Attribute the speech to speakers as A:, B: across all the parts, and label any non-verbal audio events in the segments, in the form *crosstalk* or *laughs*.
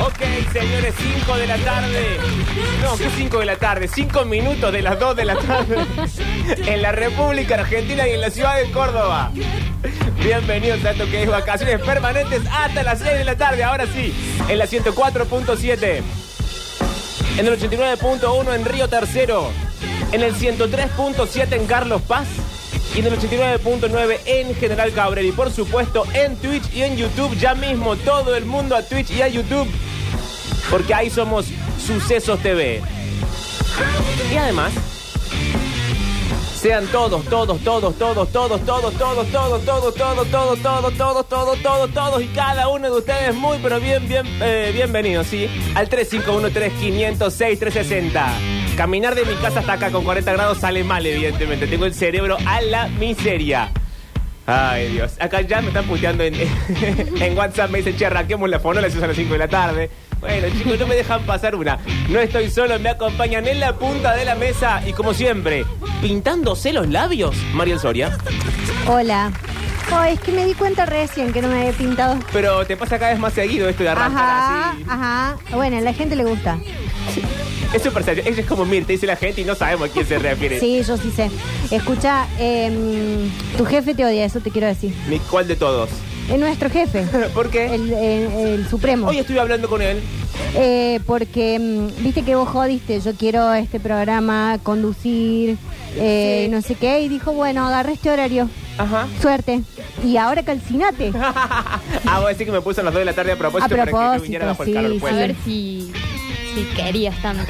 A: Ok, señores, 5 de la tarde. No, ¿qué 5 de la tarde? 5 minutos de las 2 de la tarde. En la República Argentina y en la ciudad de Córdoba. Bienvenidos a esto que es vacaciones permanentes hasta las 6 de la tarde. Ahora sí, en la 104.7. En el 89.1 en Río Tercero. En el 103.7 en Carlos Paz. Y en el 89.9 en General Cabrera. Y por supuesto en Twitch y en YouTube. Ya mismo todo el mundo a Twitch y a YouTube. Porque ahí somos Sucesos TV. Y además, sean todos, todos, todos, todos, todos, todos, todos, todos, todos, todos, todos, todos, todos, todos, todos, todos y cada uno de ustedes muy, pero bien, bien, eh, bienvenidos, ¿sí? Al 351-3506-360. Caminar de mi casa hasta acá con 40 grados sale mal, evidentemente. Tengo el cerebro a la miseria. Ay, Dios. Acá ya me están puteando en, *laughs* en WhatsApp. Me dicen, che, arranquemos la fonola, eso es a las 5 de la tarde. Bueno, chicos, no me dejan pasar una. No estoy solo, me acompañan en la punta de la mesa y, como siempre, pintándose los labios, Mariel Soria.
B: Hola. Oh, es que me di cuenta recién que no me había pintado.
A: Pero te pasa cada vez más seguido esto de arrancar
B: Ajá,
A: así.
B: ajá. Bueno, a la gente le gusta.
A: Es súper serio. Ella es como Mirta, dice la gente y no sabemos a quién se refiere.
B: Sí, yo sí sé. Escucha, em, tu jefe te odia, eso te quiero decir.
A: Ni cuál de todos.
B: Es nuestro jefe,
A: *laughs* ¿Por qué?
B: el, el- el supremo.
A: Hoy estuve hablando con él.
B: Eh, porque mm, viste que vos jodiste, yo quiero este programa, conducir, eh, no sé qué, y dijo, bueno, agarré este horario,
A: Ajá.
B: suerte. Y ahora
A: *laughs*
B: calcinate.
A: Ah, vos decís que me puso a las 2 de la tarde a propósito,
B: A
A: para que no
B: propósito,
A: viniera bajo el pues. calor.
B: sí, sí.
A: Puede
C: A
A: ser.
C: ver si, si querías tanto.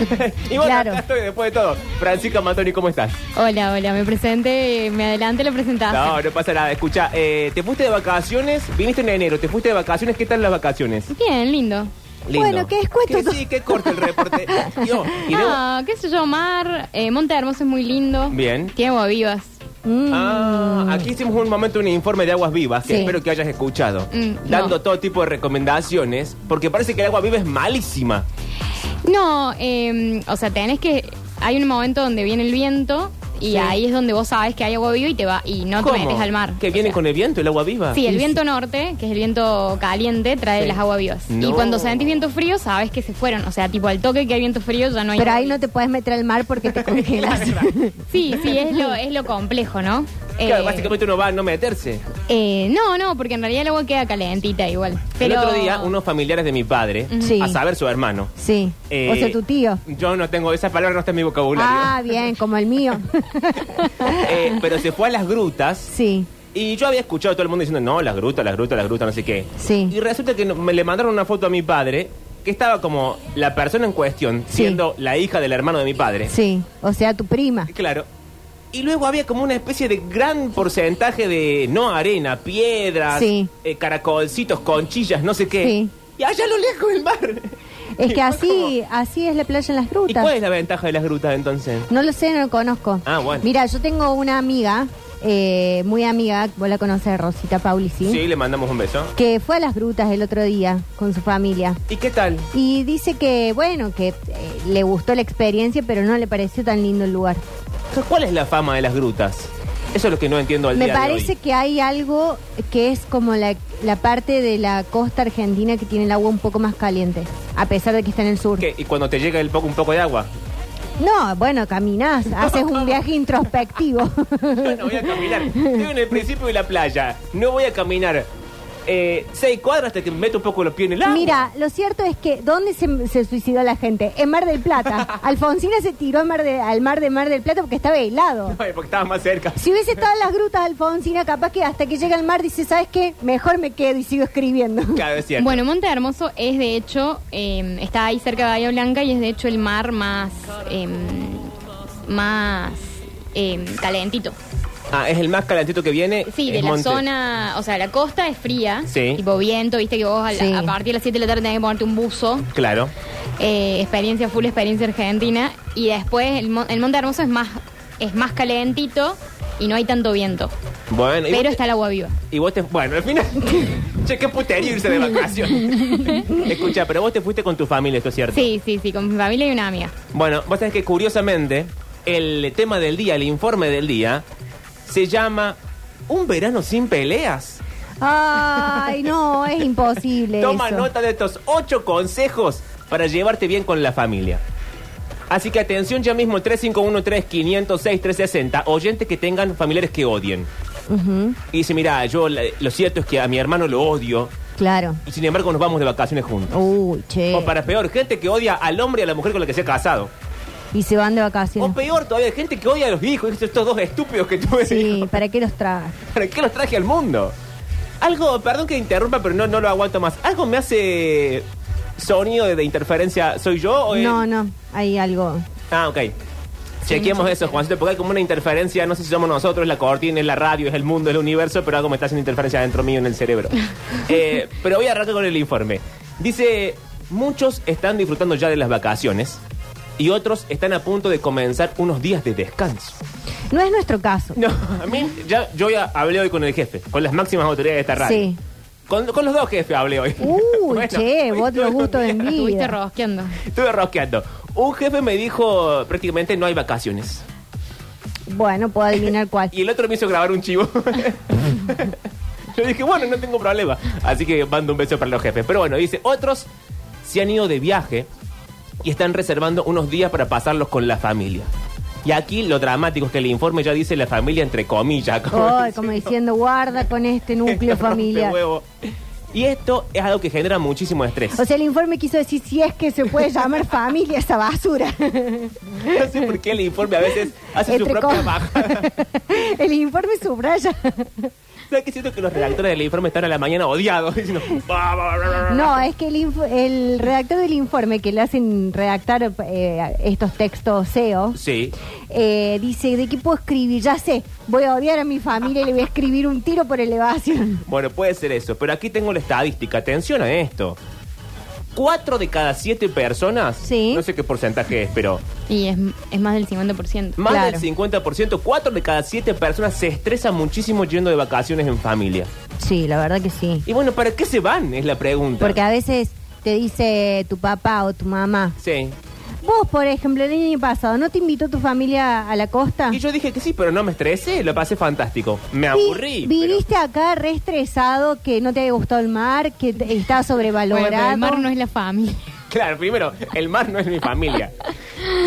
A: Y bueno,
B: Claro.
A: acá estoy después de todo. Francisca Matoni, ¿cómo estás?
C: Hola, hola, me presenté, me adelante la presentaste.
A: No, no pasa nada. Escucha, eh, te fuiste de vacaciones, viniste en enero, te fuiste de vacaciones, ¿qué tal las vacaciones?
C: Bien, lindo.
B: Bueno, qué escueto
A: Que
B: todo.
A: Sí, qué corto el reporte. Yo,
C: *laughs*
A: y debo-
C: Ah, qué sé yo, mar, eh, Monte Hermoso es muy lindo.
A: Bien.
C: Tiene aguas vivas.
B: Mm.
A: Ah, aquí hicimos un momento un informe de aguas vivas que
B: Sí.
A: espero que hayas escuchado,
C: Mm,
A: dando
C: no.
A: todo tipo de recomendaciones, porque parece que el agua viva es malísima.
C: No, eh, o sea, tenés que. Hay un momento donde viene el viento y
A: Sí.
C: ahí es donde vos sabes que hay agua viva y te va y no te metes al mar.
A: Que
C: O
A: viene
C: sea,
A: con el viento, el agua viva.
C: Sí, el viento norte, que es el viento caliente, trae
A: Sí.
C: las aguas vivas.
A: No.
C: Y cuando sentís viento frío, sabes que se fueron. O sea, tipo al toque que hay viento frío ya no hay
B: Pero
C: agua
B: ahí
C: viva.
B: no te puedes meter al mar
A: *laughs*
B: porque te congelas.
C: Sí, sí, es lo, es lo complejo, ¿no?
A: Claro,
C: Eh,
A: básicamente uno va a no meterse.
C: eh, no, no, porque en realidad el agua queda calentita igual. Pero...
A: El otro día, unos familiares de mi padre,
B: Sí.
A: a saber su hermano,
B: sí.
A: eh,
B: o sea, tu tío.
A: Yo no tengo, esa palabra no está en mi vocabulario.
B: Ah, bien, como el mío.
A: *laughs* Eh, pero se fue a las grutas
B: sí,
A: y yo había escuchado a todo el mundo diciendo, no, las grutas, las grutas, las grutas, no sé qué.
B: Sí.
A: Y resulta que no- me le mandaron una foto a mi padre que estaba como la persona en cuestión,
B: Sí.
A: siendo la hija del hermano de mi padre.
B: sí. O sea, tu prima.
A: Claro. Y luego había como una especie de gran porcentaje de, no, arena, piedras,
B: Sí.
A: eh, caracolcitos, conchillas, no sé qué.
B: Sí.
A: Y allá a lo lejos el mar. *laughs*
B: Es
A: Y
B: que
A: fue
B: así,
A: como-
B: así es la playa en las
A: ¿Y cuál
B: grutas.
A: es la ventaja de las grutas entonces?
B: No lo sé, no lo conozco.
A: Ah, bueno.
B: Mira, yo tengo una amiga, eh, muy amiga, vos la conoces, Rosita Pauli, ¿sí?
A: sí, le mandamos un beso.
B: Que fue a las grutas el otro día con su familia.
A: ¿Y qué tal?
B: Y dice que, bueno, que eh, le gustó la experiencia, pero no le pareció tan lindo el lugar.
A: ¿Cuál es la fama de las grutas? Eso es lo que no entiendo al
B: Me
A: día de
B: parece
A: hoy.
B: que hay algo que es como la, la parte de la costa argentina que tiene el agua un poco más caliente, a pesar de que está en el sur.
A: ¿Qué? ¿Y cuando te llega el poco, un poco de
C: *laughs*
A: agua?
B: No,
A: *laughs*
B: bueno, caminás, haces un viaje introspectivo.
A: Yo no voy a caminar. Estoy en el principio de la playa. No voy a caminar eh, seis cuadras hasta que me meto un poco los pies en el agua. *laughs*
B: Mira, lo cierto es que ¿dónde se, se suicidó la gente? En Mar
A: *laughs*
B: del Plata. Alfonsina se tiró a Mar de- al mar de Mar del Plata porque estaba helado.
A: Ay, porque estaba más cerca.
B: Si hubiese estado en las grutas Alfonsina, capaz que hasta que llega al mar dice, ¿sabes qué? Mejor me quedo y
A: *laughs*
B: sigo escribiendo.
A: Claro, es cierto.
C: Bueno, Monte Hermoso es de hecho, eh, está ahí cerca de Bahía Blanca y es de hecho el mar más, eh, más eh, calentito.
A: Ah, es el más calentito que viene.
C: Sí, de
A: es
C: la
A: monte.
C: zona, o sea, la costa es fría,
A: Sí.
C: tipo viento, viste que vos a, la-
B: Sí.
C: a partir de las 7 de la tarde tenés que ponerte un buzo.
A: Claro.
C: eh, experiencia full experiencia argentina y después el, mon- el Monte Hermoso es más es más calentito y no hay tanto viento
A: Bueno, y
C: pero
A: vos-
C: está el agua viva
A: Y vos te. Bueno, al final. *laughs* che, qué putería irse de vacaciones.
C: *laughs*
A: Escucha, pero vos te fuiste con tu familia, ¿esto es cierto?
C: sí sí sí con mi familia y una amiga
A: Bueno, vos sabés que curiosamente, el tema del día, el informe del día, se llama Un verano sin peleas.
B: Ay, no, es imposible.
A: Toma
B: eso.
A: nota de estos ocho consejos para llevarte bien con la familia. Así que atención ya mismo, 351-3506-360, oyentes que tengan familiares que odien.
B: Ujú,
A: Y dice, mira, yo la- lo cierto es que a mi hermano lo odio,
B: claro.
A: y sin embargo nos vamos de vacaciones juntos.
B: Uy, che.
A: O para peor, gente que odia al hombre y a la mujer con la que se ha casado.
B: Y se van de
A: O
B: vacaciones.
A: peor todavía, gente que odia a los hijos, estos- estos dos estúpidos que tuve.
B: Sí, ¿para qué los traes?
A: ¿Para qué los traje al mundo? Algo, perdón que interrumpa, pero no, no lo aguanto más. ¿Algo me hace sonido de, de interferencia? ¿Soy yo o el-
B: No, no, hay algo.
A: Ah, ok. Chequemos eso, Juancito, porque hay como una interferencia, no sé si somos nosotros, la cortina, es la radio, es el mundo, es el universo, pero algo me está haciendo interferencia dentro mío en el
B: *laughs*
A: cerebro. Eh, pero voy a arrancar con el informe. Dice, muchos están disfrutando ya de las vacaciones y otros están a punto de comenzar unos días de descanso.
B: No es nuestro caso.
A: No, a mí, ya, yo ya hablé hoy con el jefe, con las máximas autoridades de esta radio.
B: Sí.
A: Con, con los dos jefes hablé hoy.
B: Uy,
A: *laughs* *laughs* Bueno,
B: che,
A: hoy
B: vos
A: tuve
B: los
A: un
B: gustos de
A: día- *laughs*
B: envidia.
C: Estuviste rosqueando.
A: Estuve rosqueando. Un jefe me dijo prácticamente no hay vacaciones.
B: Bueno, puedo
A: *laughs*
B: adivinar cuál.
A: Y el otro me hizo grabar un chivo. *laughs* Yo dije, bueno, no tengo problema. Así que mando un beso para los jefes. Pero bueno, dice, otros se han ido de viaje y están reservando unos días para pasarlos con la familia. Y aquí lo dramático es que el informe ya dice la familia entre comillas. *laughs* como
B: Ay, como diciendo, guarda
A: *laughs*
B: con este núcleo familiar.
A: Rompehuevo. Y esto es algo que genera muchísimo
B: *laughs*
A: estrés.
B: O sea, el informe quiso decir si es que se puede llamar familia esa basura.
A: No sé por qué el informe a veces *laughs* hace su
B: Entre
A: propia
B: com-
A: baja.
B: *laughs* el informe
A: *laughs*
B: subraya.
A: ¿Sabes qué siento que los redactores del informe están a la mañana odiados? *laughs* Diciendo, "Bah, bah, bah, bah, bah".
B: No, es que el, inf- el redactor del informe que le hacen redactar eh, estos textos SEO
A: Sí.
B: eh, dice, ¿de qué puedo escribir? Ya sé, voy a odiar a mi familia y le voy a escribir un tiro por elevación.
A: Bueno, puede ser eso, pero aquí tengo la estadística. Atención a esto. Cuatro de cada siete personas,
B: Sí.
A: no sé qué porcentaje es, pero
C: Y es, es más del 50%.
A: más
B: Claro.
A: del 50%, cuatro de cada siete personas se estresan muchísimo yendo de vacaciones en familia.
B: Sí, la verdad que sí.
A: Y bueno, ¿para qué se van? Es la pregunta.
B: Porque a veces te dice tu papá o tu mamá,
A: Sí.
B: vos, por ejemplo, el año pasado, ¿no te invitó tu familia a la costa?
A: Y yo dije que sí, pero no me estresé, lo pasé fantástico. Me
B: Vi-
A: aburrí. pero-
B: Viniste acá re estresado, que no te había gustado el mar, que te- está sobrevalorado.
C: Bueno, pero el mar no es la familia.
A: *laughs* Claro, primero, el mar no es mi
C: *laughs*
A: familia.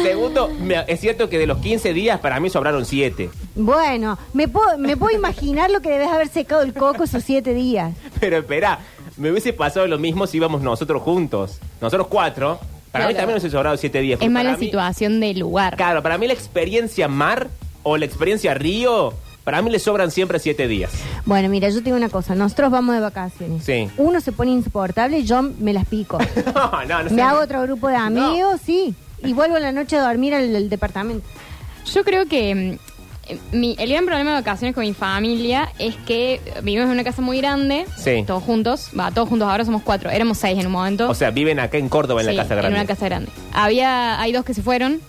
A: Segundo, me- es cierto que de los 15 días para mí sobraron 7.
B: Bueno, me puedo, me puedo imaginar lo que debes haber secado el coco esos siete días.
A: Pero espera, me hubiese pasado lo mismo si íbamos nosotros juntos. Nosotros cuatro. Para mí
C: Claro.
A: también nos hubiese sobrado 7 días.
C: Es
A: pero para
C: mala
A: mí-
C: situación del lugar.
A: Claro, para mí la experiencia mar o la experiencia río, para mí le sobran siempre 7 días. *laughs*
B: Bueno, mira, yo te digo una cosa. Nosotros vamos de vacaciones.
A: Sí.
B: Uno se pone insoportable y yo me las
A: *laughs*
B: pico.
A: no, no, no sé.
B: me hago otro grupo de amigos, sí. Y vuelvo en la noche a dormir al, al departamento. *laughs*
C: Yo creo que mm, eh, mi- el gran problema de vacaciones con mi familia es que vivimos en una casa muy grande,
A: Sí.
C: todos juntos, va, todos juntos, ahora somos cuatro, éramos seis en un momento.
A: O sea, viven acá en Córdoba, en
C: Sí,
A: la Casa Grande.
C: una casa grande. Había, hay dos que se fueron.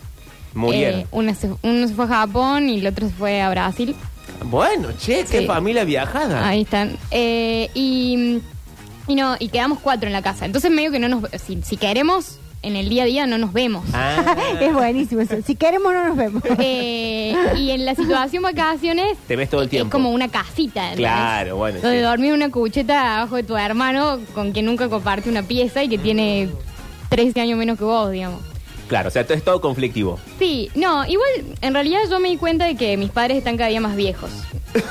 A: Murieron.
C: Eh, una se- uno se fue a Japón y el otro se fue a Brasil.
A: Bueno, che, qué
C: sí.
A: familia viajada.
C: Ahí están. Eh, y, y no, y quedamos cuatro en la casa. Entonces medio que no nos si, si queremos, en el día a día no nos vemos.
A: Ah,
B: es buenísimo eso. Si queremos, no nos vemos. *laughs*
C: Eh, y en la situación vacaciones
A: Te ves todo el tiempo.
C: es como una casita ¿entendés?
A: Claro, bueno,
C: donde
A: sí.
C: dormís en una cucheta abajo de tu hermano con quien nunca comparte una pieza y que tiene 13 años menos que vos digamos
A: claro, o sea, es todo
C: *laughs*
A: conflictivo.
C: sí no igual en realidad yo me di cuenta de que mis padres están cada día más viejos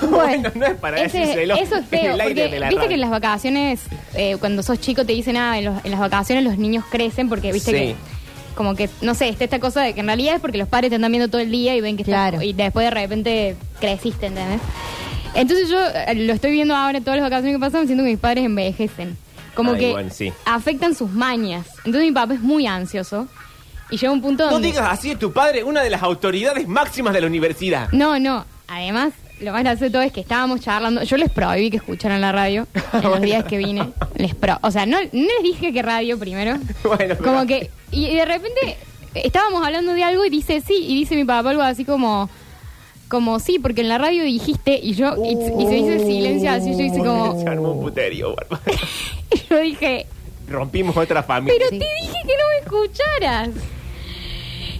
A: Bueno, no es para
C: Ese-
A: decírselo
C: eso
A: *laughs*
C: es
A: en
C: feo,
A: el aire
C: porque
A: de la
C: viste
A: radio.
C: que en las vacaciones, eh, cuando sos chico te dicen, ah, en, los- en las vacaciones los niños crecen porque viste
A: Sí.
C: que, como que, no sé, está esta cosa de que en realidad es porque los padres te andan viendo todo el día y ven que estás-
B: Claro.
C: y después de repente creciste, ¿entendés? Entonces yo eh, lo estoy viendo ahora, todas las vacaciones que pasan, siento que mis padres envejecen. Como
A: Ay,
C: que
A: bueno, Ah, sí.
C: afectan sus mañas. Entonces mi papá es muy ansioso y llega un punto
A: No
C: donde...
A: digas así de tu padre, una de las autoridades máximas de la universidad.
C: No, no. Además, lo más gracioso de todo es que estábamos charlando. Yo les prohibí que escucharan la radio en los días que vine. Les pro o sea, no, no les dije que radio primero.
A: *laughs* Bueno, pero-
C: Como que. Y y de repente estábamos hablando de algo y dice sí. Y dice mi papá algo así como. Como sí, porque en la radio dijiste. Y yo. Y, y se hizo el silencio así. Yo hice como. *laughs*
A: Se armó un puterío, bárbaro. *laughs*
C: Y yo dije.
A: Rompimos otra familia.
C: Pero te dije que no me escucharas.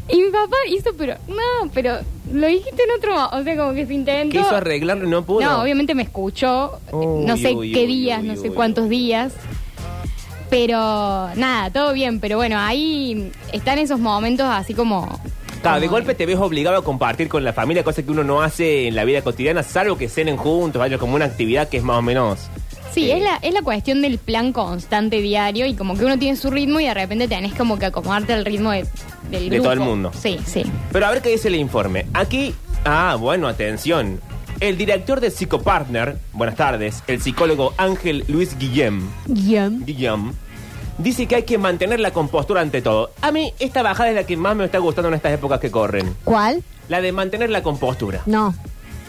C: Y mi papá hizo, pero no, pero lo dijiste en otro modo. O sea, como que se intentó.
A: Quiso arreglarlo y no pudo.
C: No, obviamente me escuchó.
A: Uy,
C: no sé
A: uy,
C: qué
A: uy,
C: días,
A: uy,
C: no sé
A: uy,
C: cuántos
A: uy.
C: días. Pero nada, todo bien. Pero bueno, ahí están esos momentos así como.
A: Claro, de
C: como-
A: golpe te ves obligado a compartir con la familia, cosa que uno no hace en la vida cotidiana, salvo que cenen juntos, vaya como una actividad que es más o menos.
C: Sí,
A: eh,
C: es la, es la cuestión del plan constante diario y como que uno tiene su ritmo y de repente tenés como que acomodarte al ritmo de- del
A: De
C: grupo.
A: todo el mundo.
C: Sí, sí.
A: Pero a ver qué dice el informe. Aquí, ah, bueno, atención. El director de Psicopartner, buenas tardes, el psicólogo Ángel Luis Guillem,
B: Guión.
A: Guillem, dice que hay que mantener la compostura ante todo. A mí esta bajada es la que más me está gustando en estas épocas que corren.
B: ¿Cuál?
A: La de mantener la compostura. *laughs*
B: No.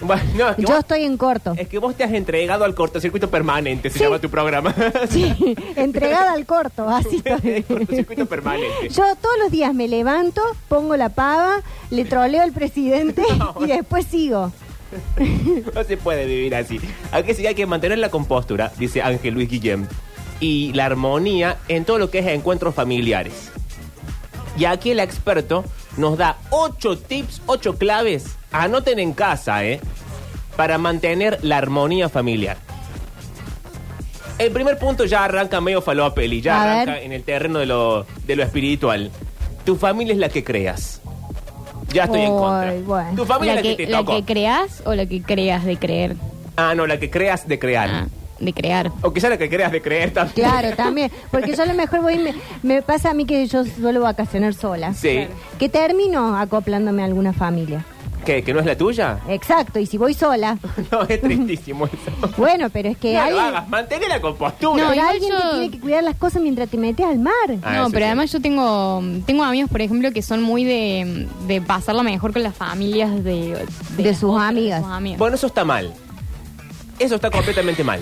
A: Bueno, no, es que,
B: Yo
A: vos,
B: estoy en corto.
A: es que vos te has entregado al cortocircuito permanente, se
B: Sí.
A: llama tu programa. *laughs*
B: Sí, *laughs* entregada al corto, así estoy.
A: cortocircuito permanente.
B: Yo todos los días me levanto, pongo la pava, le troleo al
A: *laughs*
B: presidente y después sigo.
A: No se puede vivir así. Aquí sí hay que mantener la compostura, dice Ángel Luis Guillem, y la armonía en todo lo que es encuentros familiares. Y aquí el experto nos da ocho tips, ocho claves, anoten en casa, ¿eh? Para mantener la armonía familiar. El primer punto ya arranca medio falopeli, ya
B: A
A: arranca
B: ver.
A: en el terreno de lo, de lo espiritual. Tu familia es la que creas. Ya estoy en contra.
B: Uy, bueno.
A: Tu familia
C: la
A: es la que,
C: que,
A: te
C: la
A: tocó.
C: que creas o la que creas de creer.
A: Ah, no, la que creas de crear.
C: Ah, de crear.
A: O quizá la que creas de creer también.
B: Claro, también. Porque yo a lo mejor voy, y me, me pasa a mí que yo suelo vacacionar sola.
A: Sí.
B: Que termino acoplándome a alguna familia.
A: ¿Qué? ¿Que no es la tuya? *laughs*
B: Exacto, y si voy sola.
A: No, es tristísimo eso.
B: Bueno, pero es que
A: no lo
B: alguien,
A: hagas, mantén la compostura.
B: pero
C: No, igual
B: alguien te
C: yo-
B: tiene que cuidar las cosas mientras te metes al mar.
A: Ah,
C: no,
A: eso
C: pero
A: sí.
C: además yo tengo tengo amigos, por ejemplo, que son muy de, de pasarla mejor con las familias de,
B: De
C: las
B: sus
C: otras,
B: amigas.
C: sus amigas.
A: Bueno, eso está mal. Eso está completamente
C: *laughs*
A: mal.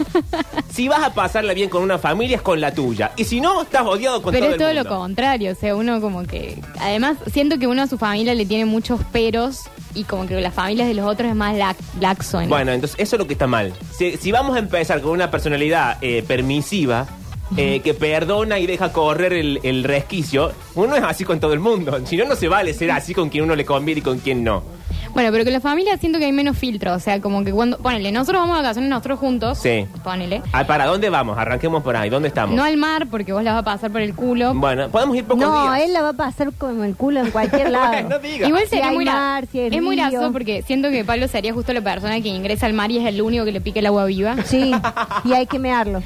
A: si vas a pasarla bien con una familia, es con la tuya. Y si no, estás odiado con
C: Pero
A: todo
C: es todo
A: el
C: lo
A: mundo.
C: contrario, o sea, uno como que... Además, siento que uno a su familia le tiene muchos peros y como que las familias de los otros es más lac- laxo. ¿no?
A: Bueno, entonces eso es lo que está mal. Si, si vamos a empezar con una personalidad eh, permisiva, eh, que perdona y deja correr el, el resquicio, uno es así con todo el mundo. Si no, no se vale ser así con quien uno le conviene y con quien no.
C: Bueno, pero que la familia siento que hay menos filtro, o sea, como que cuando... Ponele, nosotros vamos a vacaciones nosotros juntos.
A: Sí.
C: Ponele.
A: Ah, ¿Para dónde vamos? Arranquemos por ahí. ¿Dónde estamos?
C: No al mar, porque vos la vas a pasar por el culo.
A: Bueno, podemos ir pocos
B: No,
A: días. *laughs*
B: él la va a pasar como el culo en cualquier lado.
A: no digas.
C: Igual
B: Si
C: sería
B: hay
C: muy gra-
B: mar, si hay
C: Es muy
B: río.
C: graso porque siento que Pablo sería justo la persona que ingresa al mar y es el único que le pica el agua viva.
B: Sí, y hay que mearlo.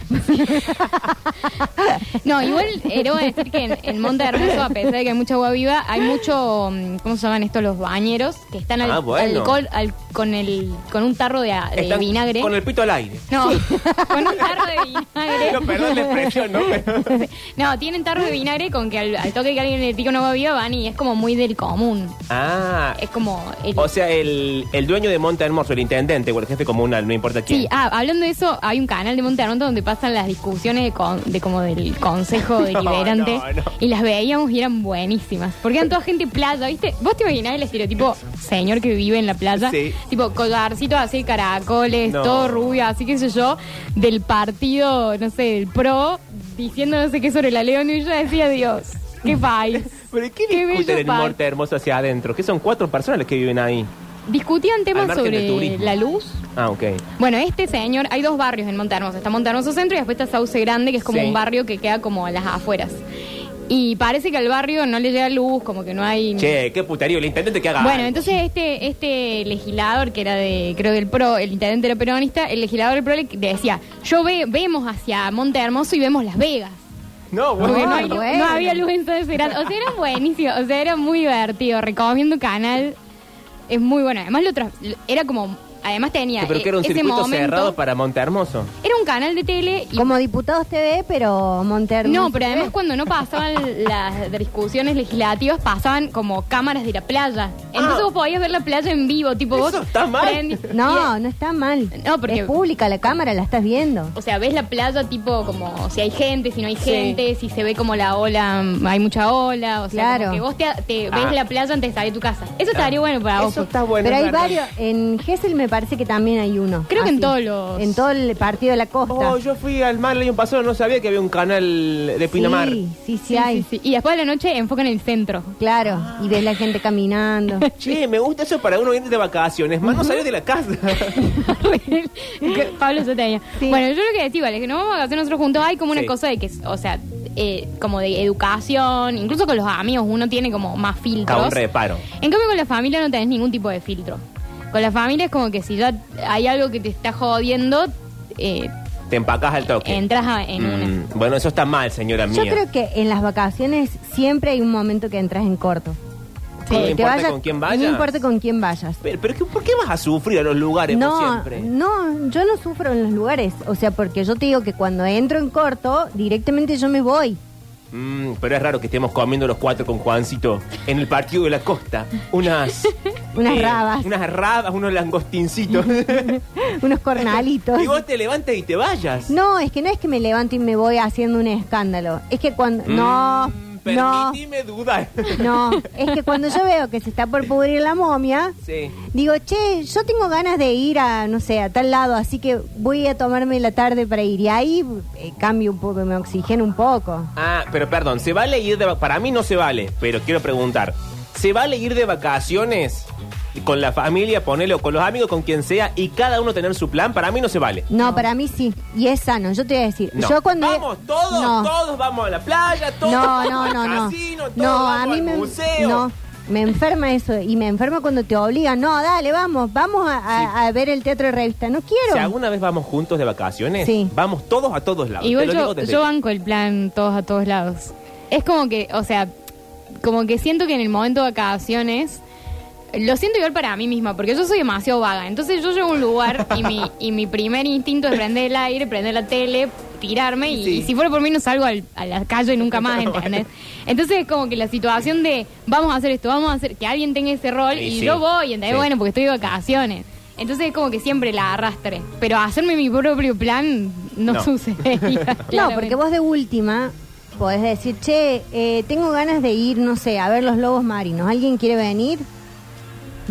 C: No, igual eh, debo decir que en, en Monte Hermoso, a pesar de que hay mucha agua viva, hay mucho, mm, ¿cómo se llaman estos? Los bañeros que están al,
A: Ah, bueno.
C: alcohol al- con el con un tarro de, a- de
A: Están
C: eh, vinagre.
A: Con el pito al aire.
C: No, con un tarro de vinagre.
A: No, perdón la expresión, ¿no?
C: *laughs*
A: Pero-
C: No, tienen tarro de vinagre con que al, al toque que alguien le pica una agua viva van y es como muy del común.
A: Ah.
C: Es como el,
A: O sea, el, el dueño de Monte Hermoso, el intendente o el jefe comunal, no importa quién.
C: Sí, ah, hablando de eso, hay un canal de Monte Armonto donde pasan las discusiones de, con- de como del
A: *laughs*
C: consejo deliberante
A: no.
C: y las veíamos y eran buenísimas. Porque eran toda gente playa, ¿viste? ¿Vos te imaginás el estereotipo señor que vive en la playa?
A: Sí.
C: Tipo collarcito así, caracoles,
A: No.
C: todo rubio, así que sé yo, del partido, no sé, del pro, diciendo no sé qué sobre la León y yo decía, Dios,
A: *laughs*
C: qué país.
A: ¿Pero ¿y qué
C: Qué
A: discuten
C: bello
A: en
C: país.
A: Monte Hermoso hacia adentro? Que son cuatro personas las que viven ahí.
C: Discutían
A: Al
C: temas
A: margen del
C: sobre
A: turismo.
C: la luz.
A: Ah, ok.
C: Bueno, este señor, hay dos barrios en Monte Hermoso. Está Monte Hermoso Centro y después está Sauce Grande, que es como
A: Sí.
C: un barrio que queda como a las afueras. Y parece que al barrio no le llega luz, como que no hay...
A: Che, qué puterío, el intendente que haga.
C: Bueno,
A: algo.
C: entonces este este legislador, que era de, creo del PRO, el intendente era peronista, el legislador del PRO le le decía, yo ve, vemos hacia Monte Hermoso y vemos Las Vegas.
A: No, bueno.
C: Porque no, hay
B: Ay,
C: luz-
B: bueno.
C: no había luz en Sauce Grande. O sea, era buenísimo, o sea, era muy divertido. Recomiendo canal, es muy bueno. Además, lo tra- era como... Además tenía
A: Pero que era un
C: eh, ese
A: circuito
C: momento-
A: cerrado para Monte Hermoso.
C: era un canal de tele y...
B: Como diputados TV, pero Monterrey.
C: No, pero *laughs* además cuando no pasaban las discusiones legislativas pasaban como cámaras de la playa. Entonces vos podías ver la playa en vivo, tipo
A: Ah.
C: vos. eh,
A: Eso está mal.
C: prendi-
B: No, no está mal.
C: No, porque-
B: Es pública la cámara, la estás viendo.
C: O sea, ves la playa tipo como si hay gente, si no hay gente, si se ve como la ola, mm, hay mucha ola, o sea,
B: Claro.
C: como que vos te, te
A: Ah.
C: ves la playa antes de salir de tu casa. Eso estaría bueno para vos.
A: Eso está bueno.
B: Pero hay
A: es verdad.
B: varios. En Gessel me parece que también hay uno.
C: Creo que en todos los-
B: En todo el partido de la costa.
A: Oh, yo fui al mar el año pasado, no sabía que había un canal de Pinamar.
B: Sí, sí, sí,
C: Sí,
B: hay.
C: sí, sí. Y después de la noche enfocan el centro.
B: Claro. Y ves la gente
C: *laughs*
B: caminando.
A: Che, me gusta eso para uno ir de vacaciones. Más no salir de la
C: *laughs*
A: casa.
C: Pablo Sotaña.
B: Sí.
C: Bueno, yo lo que decía, vale, que no vamos a hacer nosotros juntos. Hay como una
A: Sí.
C: cosa de que, o sea, eh, como de educación, incluso con los amigos uno tiene como más filtros.
A: A un reparo.
C: En cambio, con la familia no tenés ningún tipo de filtro. Con la familia es como que si ya hay algo que te está jodiendo, eh,
A: Te empacás al toque.
C: entras a- en
A: Mm,
C: una.
A: bueno, eso está mal, señora
B: Yo
A: mía.
B: creo que en las vacaciones siempre hay un momento que entras en corto.
A: Sí.
B: Que
A: ¿No importa con quién vayas?
B: No importa con quién vayas.
A: Pero, pero ¿qué- ¿por qué vas a sufrir a los lugares por
B: No,
A: siempre?
B: no, yo no sufro en los lugares. O sea, porque yo te digo que cuando entro en corto, directamente yo me voy. *laughs*
A: Mm, pero es raro que estemos comiendo los cuatro con Juancito en el partido de la costa. Unas.
B: *laughs*
A: eh,
B: Unas rabas.
A: Unas rabas, unos
B: *laughs*
A: langostincitos.
B: Unos cornalitos.
A: y vos te levantes y te vayas.
B: No, es que no es que me levanto y me voy haciendo un escándalo. Es que cuando. No,
A: Mm,
B: no,
A: Permitime dudar. *laughs*
B: no. Es que cuando yo veo que se está por pudrir la momia,
A: sí.
B: digo, che, yo tengo ganas de ir a, no sé, a tal lado, así que voy a tomarme la tarde para ir. Y ahí eh, cambio un poco, me oxigeno un poco.
A: Ah, pero perdón, ¿se vale ir de va- Para mí no se vale, pero quiero preguntar. ¿Se vale ir de vacaciones con la familia, ponelo, con los amigos, con quien sea, y cada uno tener su plan? Para mí no se vale.
B: No, para mí sí. Y es sano. Yo te voy a decir.
A: No.
B: Yo cuando
A: vamos todos,
B: no.
A: todos vamos a la playa, todos
B: No,
A: vamos
B: no,
A: al
B: no, no.
A: casino, todos
B: No,
A: vamos
B: a mí
A: al
B: me
A: museo.
B: no, me enferma eso y me enferma cuando te obligan. No, dale, vamos, vamos a, a- a ver el teatro de revista. No
A: Si
B: quiero.
A: alguna vez vamos juntos de vacaciones,
B: Sí.
A: vamos todos a todos lados. Te
C: Igual
A: lo digo
C: yo,
A: desde
C: yo
A: ya.
C: banco el plan todos a todos lados. Es como que, o sea, como que siento que en el momento de vacaciones, lo siento igual para mí misma, porque yo soy demasiado vaga. Entonces yo llego a un lugar
A: *laughs*
C: y mi, y mi primer instinto es prender el aire, prender la tele, tirarme y,
A: Sí.
C: y si fuera por mí no salgo al- a la
A: *laughs*
C: calle nunca más, ¿entendés? Entonces es como que la situación de vamos a hacer esto, vamos a hacer que alguien tenga ese rol
A: Sí,
C: y
A: sí.
C: yo voy, ¿entendés?
A: Sí.
C: Bueno, porque estoy de vacaciones. Entonces es como que siempre la arrastre. Pero hacerme mi propio plan no,
A: No.
C: sucede.
B: No, porque vos de última podés decir, che, eh, tengo ganas de ir, no sé, a ver los lobos marinos. ¿Alguien quiere venir?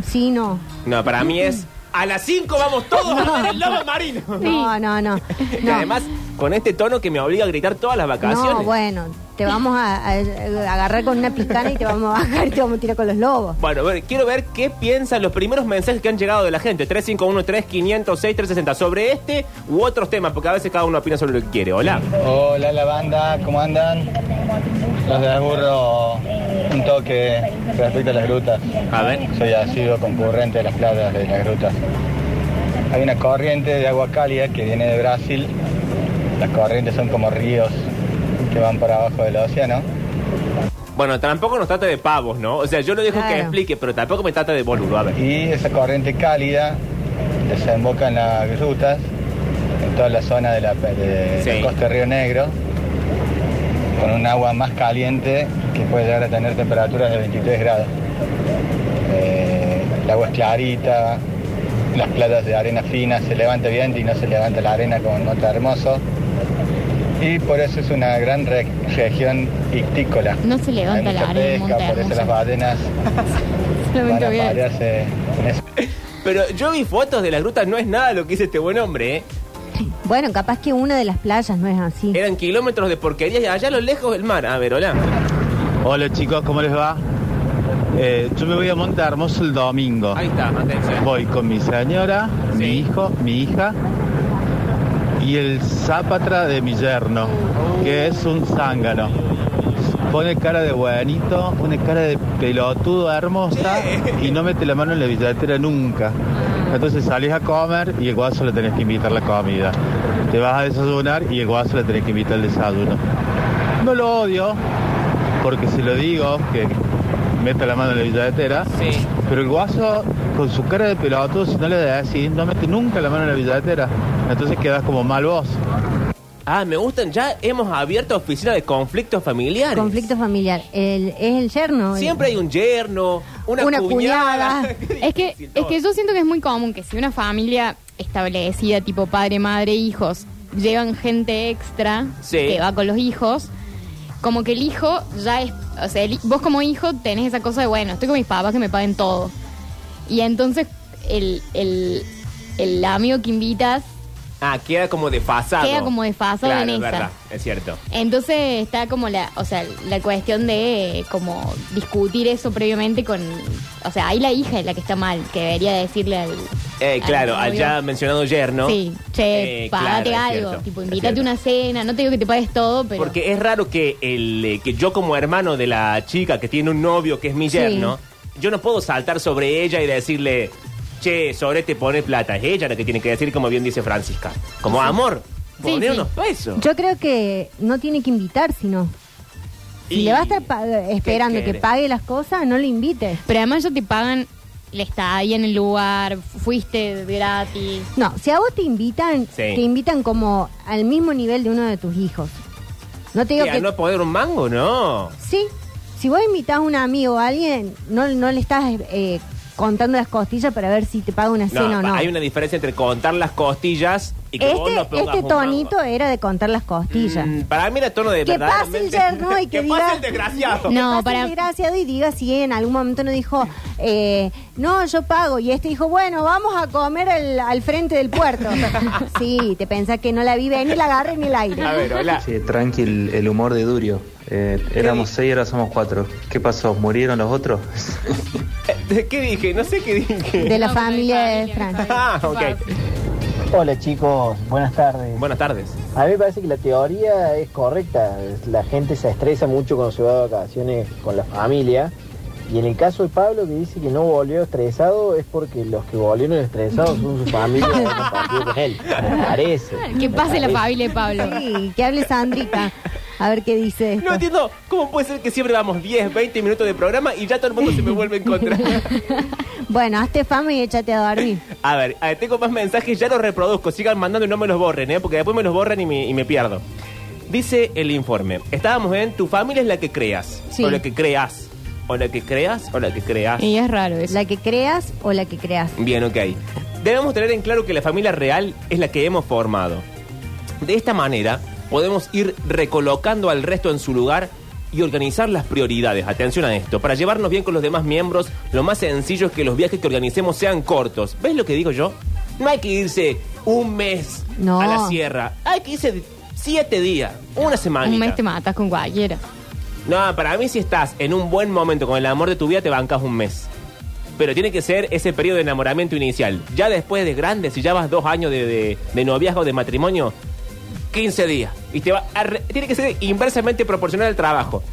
B: Sí, no.
A: No, para mí es a las 5 vamos todos a
B: *laughs*
A: ver el lobo marino.
B: No,
A: *laughs*
B: no, no.
A: Y
B: No.
A: además, con este tono que me obliga a gritar todas las vacaciones.
B: No, bueno, te vamos a, a- a agarrar con una picana y te vamos a bajar y te vamos a tirar con los lobos.
A: Bueno, a ver, quiero ver qué piensan los primeros mensajes que han llegado de la gente. 351-3506-360 sobre este u otros temas, porque a veces cada uno opina sobre lo que quiere. Hola.
D: Hola la banda, ¿cómo andan? Los desburro un toque respecto a las grutas.
A: A ver.
D: Soy asiduo concurrente de las playas de las grutas. Hay una corriente de agua cálida que viene de Brasil. Las corrientes son como ríos que van por abajo del océano.
A: Bueno, tampoco nos trata de pavos, ¿no? O sea, yo lo dejo
B: Claro.
A: que explique, pero tampoco me trata de boludo. A ver.
D: Y esa corriente cálida desemboca en las grutas, en toda la zona de la, de
A: Sí.
D: la costa de Río Negro, con un agua más caliente que puede llegar a tener temperaturas de 23 grados. Eh, el agua es clarita, las playas de arena fina se levanta bien y no se levanta la arena con nota hermoso. Y por eso es una gran re- región ictícola.
C: No se levanta
D: Hay
C: la
D: mucha
C: arena en
D: pesca,
C: Monte
D: por eso
C: Hermoso.
D: las ballenas van
C: Solamente
D: a
C: voy a-
D: parearse en esa
A: Pero yo vi fotos de las grutas, no es nada lo que hizo este buen hombre, ¿eh?
B: Bueno, capaz que una de las playas no es así.
A: Eran kilómetros de porquerías y allá a lo lejos del mar. A ver, hola.
E: Hola chicos, ¿cómo les va? Eh, yo me voy a Monte Hermoso el domingo.
A: Ahí está, atención.
E: Voy con mi señora,
A: Sí.
E: mi hijo, mi hija y el zapatra de mi yerno, que es un zángano. Pone cara de guanito, pone cara de pelotudo hermosa y no mete la mano en la billetera nunca. Entonces salís a comer y el guaso le tenés que invitar la comida. Te vas a desayunar y el guaso le tenés que invitar el desayuno. No lo odio, porque si lo digo, que meta la mano en la billetera,
A: Sí.
E: pero el guaso, con su cara de pelotudo, si no le decís, no mete nunca la mano en la billetera. Entonces quedas como mal vos.
A: Ah, me gustan. Ya hemos abierto oficina de conflictos familiares.
B: Conflicto familiar. El- es el yerno. el-
A: Siempre hay un yerno, una,
B: Una
A: cuñada.
B: cuñada.
A: *laughs* Qué
C: Es que,
A: difícil
C: es
A: todo.
C: que yo siento que es muy común que si una familia establecida, tipo padre, madre, hijos, llevan gente extra
A: Sí.
C: que va con los hijos, como que el hijo ya es. O sea, el hi- vos como hijo tenés esa cosa de, bueno, estoy con mis papás que me paguen todo. Y entonces el, el, el amigo que invitas,
A: Ah, queda como desfasado.
C: Queda como desfasado
A: Claro,
C: en
A: es
C: esa.
A: verdad, es cierto.
C: entonces está como la, o sea, la cuestión de eh, como discutir eso previamente con. O sea, ahí la hija es la que está mal, que debería decirle al.
A: Eh,
C: al
A: claro,
C: novio.
A: allá mencionado yerno.
C: Sí, che,
A: Eh,
C: pagate
A: claro, es
C: algo.
A: cierto,
C: tipo,
A: es
C: invítate
A: cierto.
C: una cena. No te digo que te pagues todo, pero.
A: Porque es raro que, el, eh, que yo como hermano de la chica que tiene un novio que es mi
B: Sí.
A: yerno, yo no puedo saltar sobre ella y decirle, che, sobre te pone plata. Es ella la que tiene que decir, como bien dice Francisca. Como amor,
C: Sí,
A: poner
C: sí.
A: unos pesos.
B: Yo creo que no tiene que invitar, sino. Si
A: Y-
B: le va a estar pa- esperando que
A: querés?
B: pague las cosas, no le invites.
C: Pero además ya te pagan la estadía en el lugar, fuiste gratis.
B: No, si a vos te invitan,
A: Sí.
B: te invitan como al mismo nivel de uno de tus hijos. No te digo
A: Que a
B: que.
A: no poner un mango, no.
B: Sí, si vos invitás a un amigo o a alguien, no, no le estás eh, contando las costillas para ver si te paga una
A: No,
B: cena o no.
A: hay una diferencia entre contar las costillas y que vos
B: Este,
A: no pongas
B: este
A: un
B: tonito
A: mango.
B: era de contar las costillas.
A: Mm, para mí era tono de
B: Que
A: verdad.
B: pase el yerno
A: *laughs*
B: y que, diga...
A: pase el desgraciado.
B: que
C: No,
B: pase
C: para-
B: el desgraciado y diga si en algún momento no dijo, eh, no, yo pago. Y este dijo, bueno, vamos a comer al- al frente
A: *laughs*
B: del puerto. sí, te pensás que no la vi venir, la agarré en el aire.
A: A ver, hola.
F: Che, tranqui el, el humor de Durio. Eh, éramos seis, ahora somos cuatro. ¿Qué pasó? ¿Murieron los otros?
A: *laughs*
F: *laughs*
A: ¿Qué dije? No sé qué dije. *laughs*
B: De la
C: No,
B: familia de
C: familia,
B: Fran.
A: Ah,
C: ¿Qué
A: ok.
C: pasa?
G: Hola chicos, buenas tardes.
A: Buenas tardes.
G: A mí me parece que la teoría es correcta. La gente se estresa mucho cuando se va de vacaciones con la familia. Y en el caso de Pablo que dice que no volvió estresado es porque los que volvieron estresados son su familia que compartió con él. Me parece. me
C: Que pase la
G: parece.
C: familia de Pablo.
A: *laughs*
B: Sí, que hable Sandrita. A ver qué dice.
A: No entiendo cómo puede ser que siempre vamos 10, 20 minutos de programa y ya todo el mundo se me vuelve en *laughs* contra.
B: Bueno, hazte fama y échate a dormir.
A: A ver, a ver, tengo más mensajes, ya los reproduzco. Sigan mandando y no me los borren, ¿eh? porque después me los borran y me, y me pierdo. Dice el informe: Estábamos en tu familia es la que creas.
B: Sí.
A: O la que creas. O la que creas, o la que creas.
C: Y es raro eso.
B: La que creas o la que creas.
A: Bien, ok. Debemos tener en claro que la familia real es la que hemos formado. De esta manera, podemos ir recolocando al resto en su lugar y organizar las prioridades. Atención a esto. Para llevarnos bien con los demás miembros, lo más sencillo es que los viajes que organicemos sean cortos. ¿Ves lo que digo yo? No hay que irse un mes
B: No.
A: a la sierra. Hay que irse siete días, una semana.
C: Un mes te matas con cualquiera.
A: No, para mí si estás en un buen momento con el amor de tu vida, te bancas un mes. Pero tiene que ser ese periodo de enamoramiento inicial. Ya después de grande, si ya vas dos años de, de, de noviazgo, de matrimonio, 15 días. Y te va a re- tiene que ser inversamente proporcional al trabajo.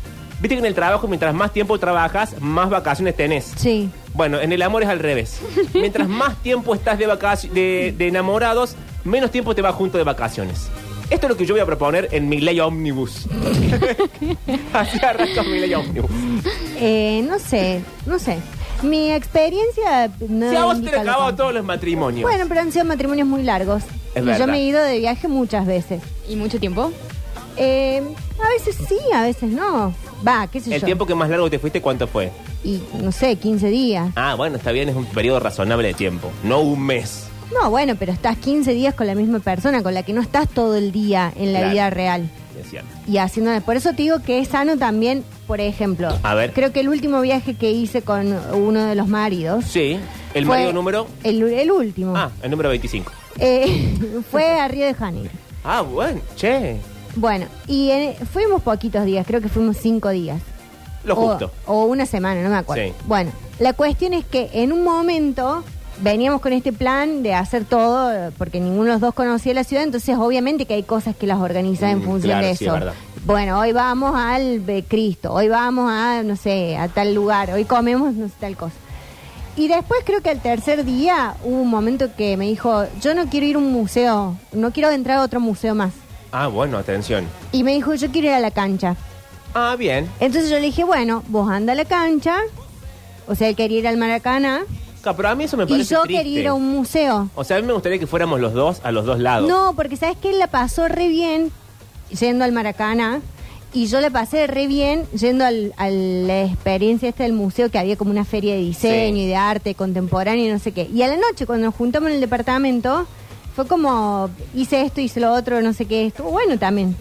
A: Viste que en el trabajo, mientras más tiempo trabajas, más vacaciones tenés.
B: Sí.
A: Bueno, en el amor es al revés. Mientras más tiempo estás de, vacaci- de, de enamorados, menos tiempo te vas junto de vacaciones. Esto es lo que yo voy a proponer en mi ley
B: *laughs*
A: omnibus. Así arranca mi ley omnibus.
B: Eh, no sé, no sé. Mi experiencia. eh, No
A: si a vos te
B: indica
A: han
B: lo
A: acabado
B: contrario.
A: todos los matrimonios.
B: Bueno, pero han sido matrimonios muy largos.
A: Es
B: y
A: verdad.
B: yo me he ido de viaje muchas veces.
C: ¿Y mucho tiempo?
B: Eh, a veces sí, a veces no. Va, qué sé
A: el
B: yo.
A: tiempo que más largo te fuiste, ¿cuánto fue?
B: Y no sé, 15 días.
A: Ah, bueno, está bien, es un periodo razonable de tiempo. No un mes.
B: No, bueno, pero estás 15 días con la misma persona, con la que no estás todo el día en la
A: Claro.
B: vida real.
A: Es cierto.
B: Y haciéndole. Por eso te digo que es sano también, por ejemplo.
A: A ver.
B: Creo que el último viaje que hice con uno de los maridos.
A: Sí, el
B: fue Oh.
A: marido número...
B: El, el último.
A: Ah, el número 25.
B: Eh, *laughs* fue a Río de Janeiro.
A: Ah, bueno, che,
B: Bueno, y eh, fuimos poquitos días, creo que fuimos cinco días.
A: lo
B: O-
A: justo.
B: O, una semana, no me acuerdo.
A: Sí.
B: Bueno, la cuestión es que en un momento veníamos con este plan de hacer todo, eh, porque ninguno de los dos conocía la ciudad, entonces obviamente que hay cosas que las organizan en
A: Mm,
B: función
A: claro,
B: de
A: sí,
B: eso.
A: verdad.
B: bueno, hoy vamos al eh, Cristo, hoy vamos a, no sé, a tal lugar, hoy comemos no sé, tal cosa. Y después creo que al tercer día hubo un momento que me dijo, yo no quiero ir a un museo, no quiero entrar a otro museo más.
A: Ah, bueno, atención.
B: Y me dijo, yo quiero ir a la cancha.
A: Ah, bien.
B: Entonces yo le dije, bueno, vos anda a la cancha, o sea, él quería ir al Maracaná,
A: Ca- Pero a mí eso me
B: y
A: parece
B: yo
A: triste.
B: quería ir a un museo.
A: O sea, a mí me gustaría que fuéramos los dos a los dos lados.
B: No, porque sabes que él la pasó re bien yendo al Maracaná. Y yo la pasé re bien yendo al- a la experiencia esta del museo, que había como una feria de diseño
A: Sí.
B: y de arte contemporáneo y no sé qué. Y a la noche, cuando nos juntamos en el departamento, fue como, hice esto, hice lo otro, no sé qué. Estuvo bueno también.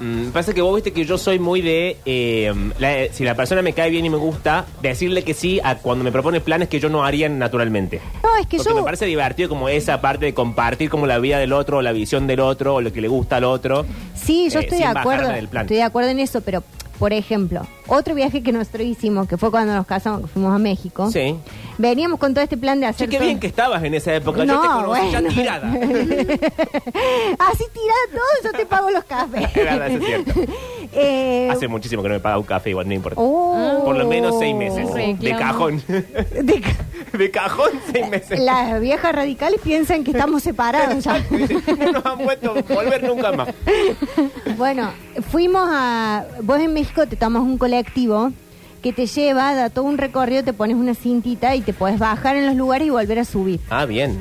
A: Mm, pasa que vos viste que yo soy muy de. eh, la- si la persona me cae bien y me gusta, decirle que sí a cuando me propone planes que yo no haría naturalmente.
B: No, es que
A: Porque
B: yo...
A: me parece divertido como esa parte de compartir como la vida del otro, o la visión del otro, o lo que le gusta al otro.
B: Sí, yo
A: eh,
B: estoy de
A: sin bajarme
B: acuerdo.
A: del plan.
B: Estoy de acuerdo en eso, pero por ejemplo, otro viaje que nosotros hicimos, que fue cuando nos casamos, que fuimos a México.
A: Sí.
B: Veníamos con todo este plan de
A: Che,
B: hacer.
A: qué
B: todo-
A: bien que estabas en esa época. yo te
B: No,
A: conocí ya
B: bueno.
A: tirada.
B: *laughs* Así tirada todo, yo te pago los cafés.
A: *laughs* Es verdad, eso es cierto.
B: *laughs* Eh,
A: Hace muchísimo que no me paga un café, igual no importa.
B: oh.
A: Por lo menos seis meses.
C: Reclamo.
A: De cajón. *laughs*
B: De ca-
A: De cajón, seis meses.
B: Las viejas radicales piensan que estamos separados ya.
A: *laughs* no nos han vuelto a volver nunca más.
B: Bueno, fuimos a. Vos en México te tomas un colectivo que te lleva, da todo un recorrido, te pones una cintita y te puedes bajar en los lugares y volver a subir.
A: Ah, bien.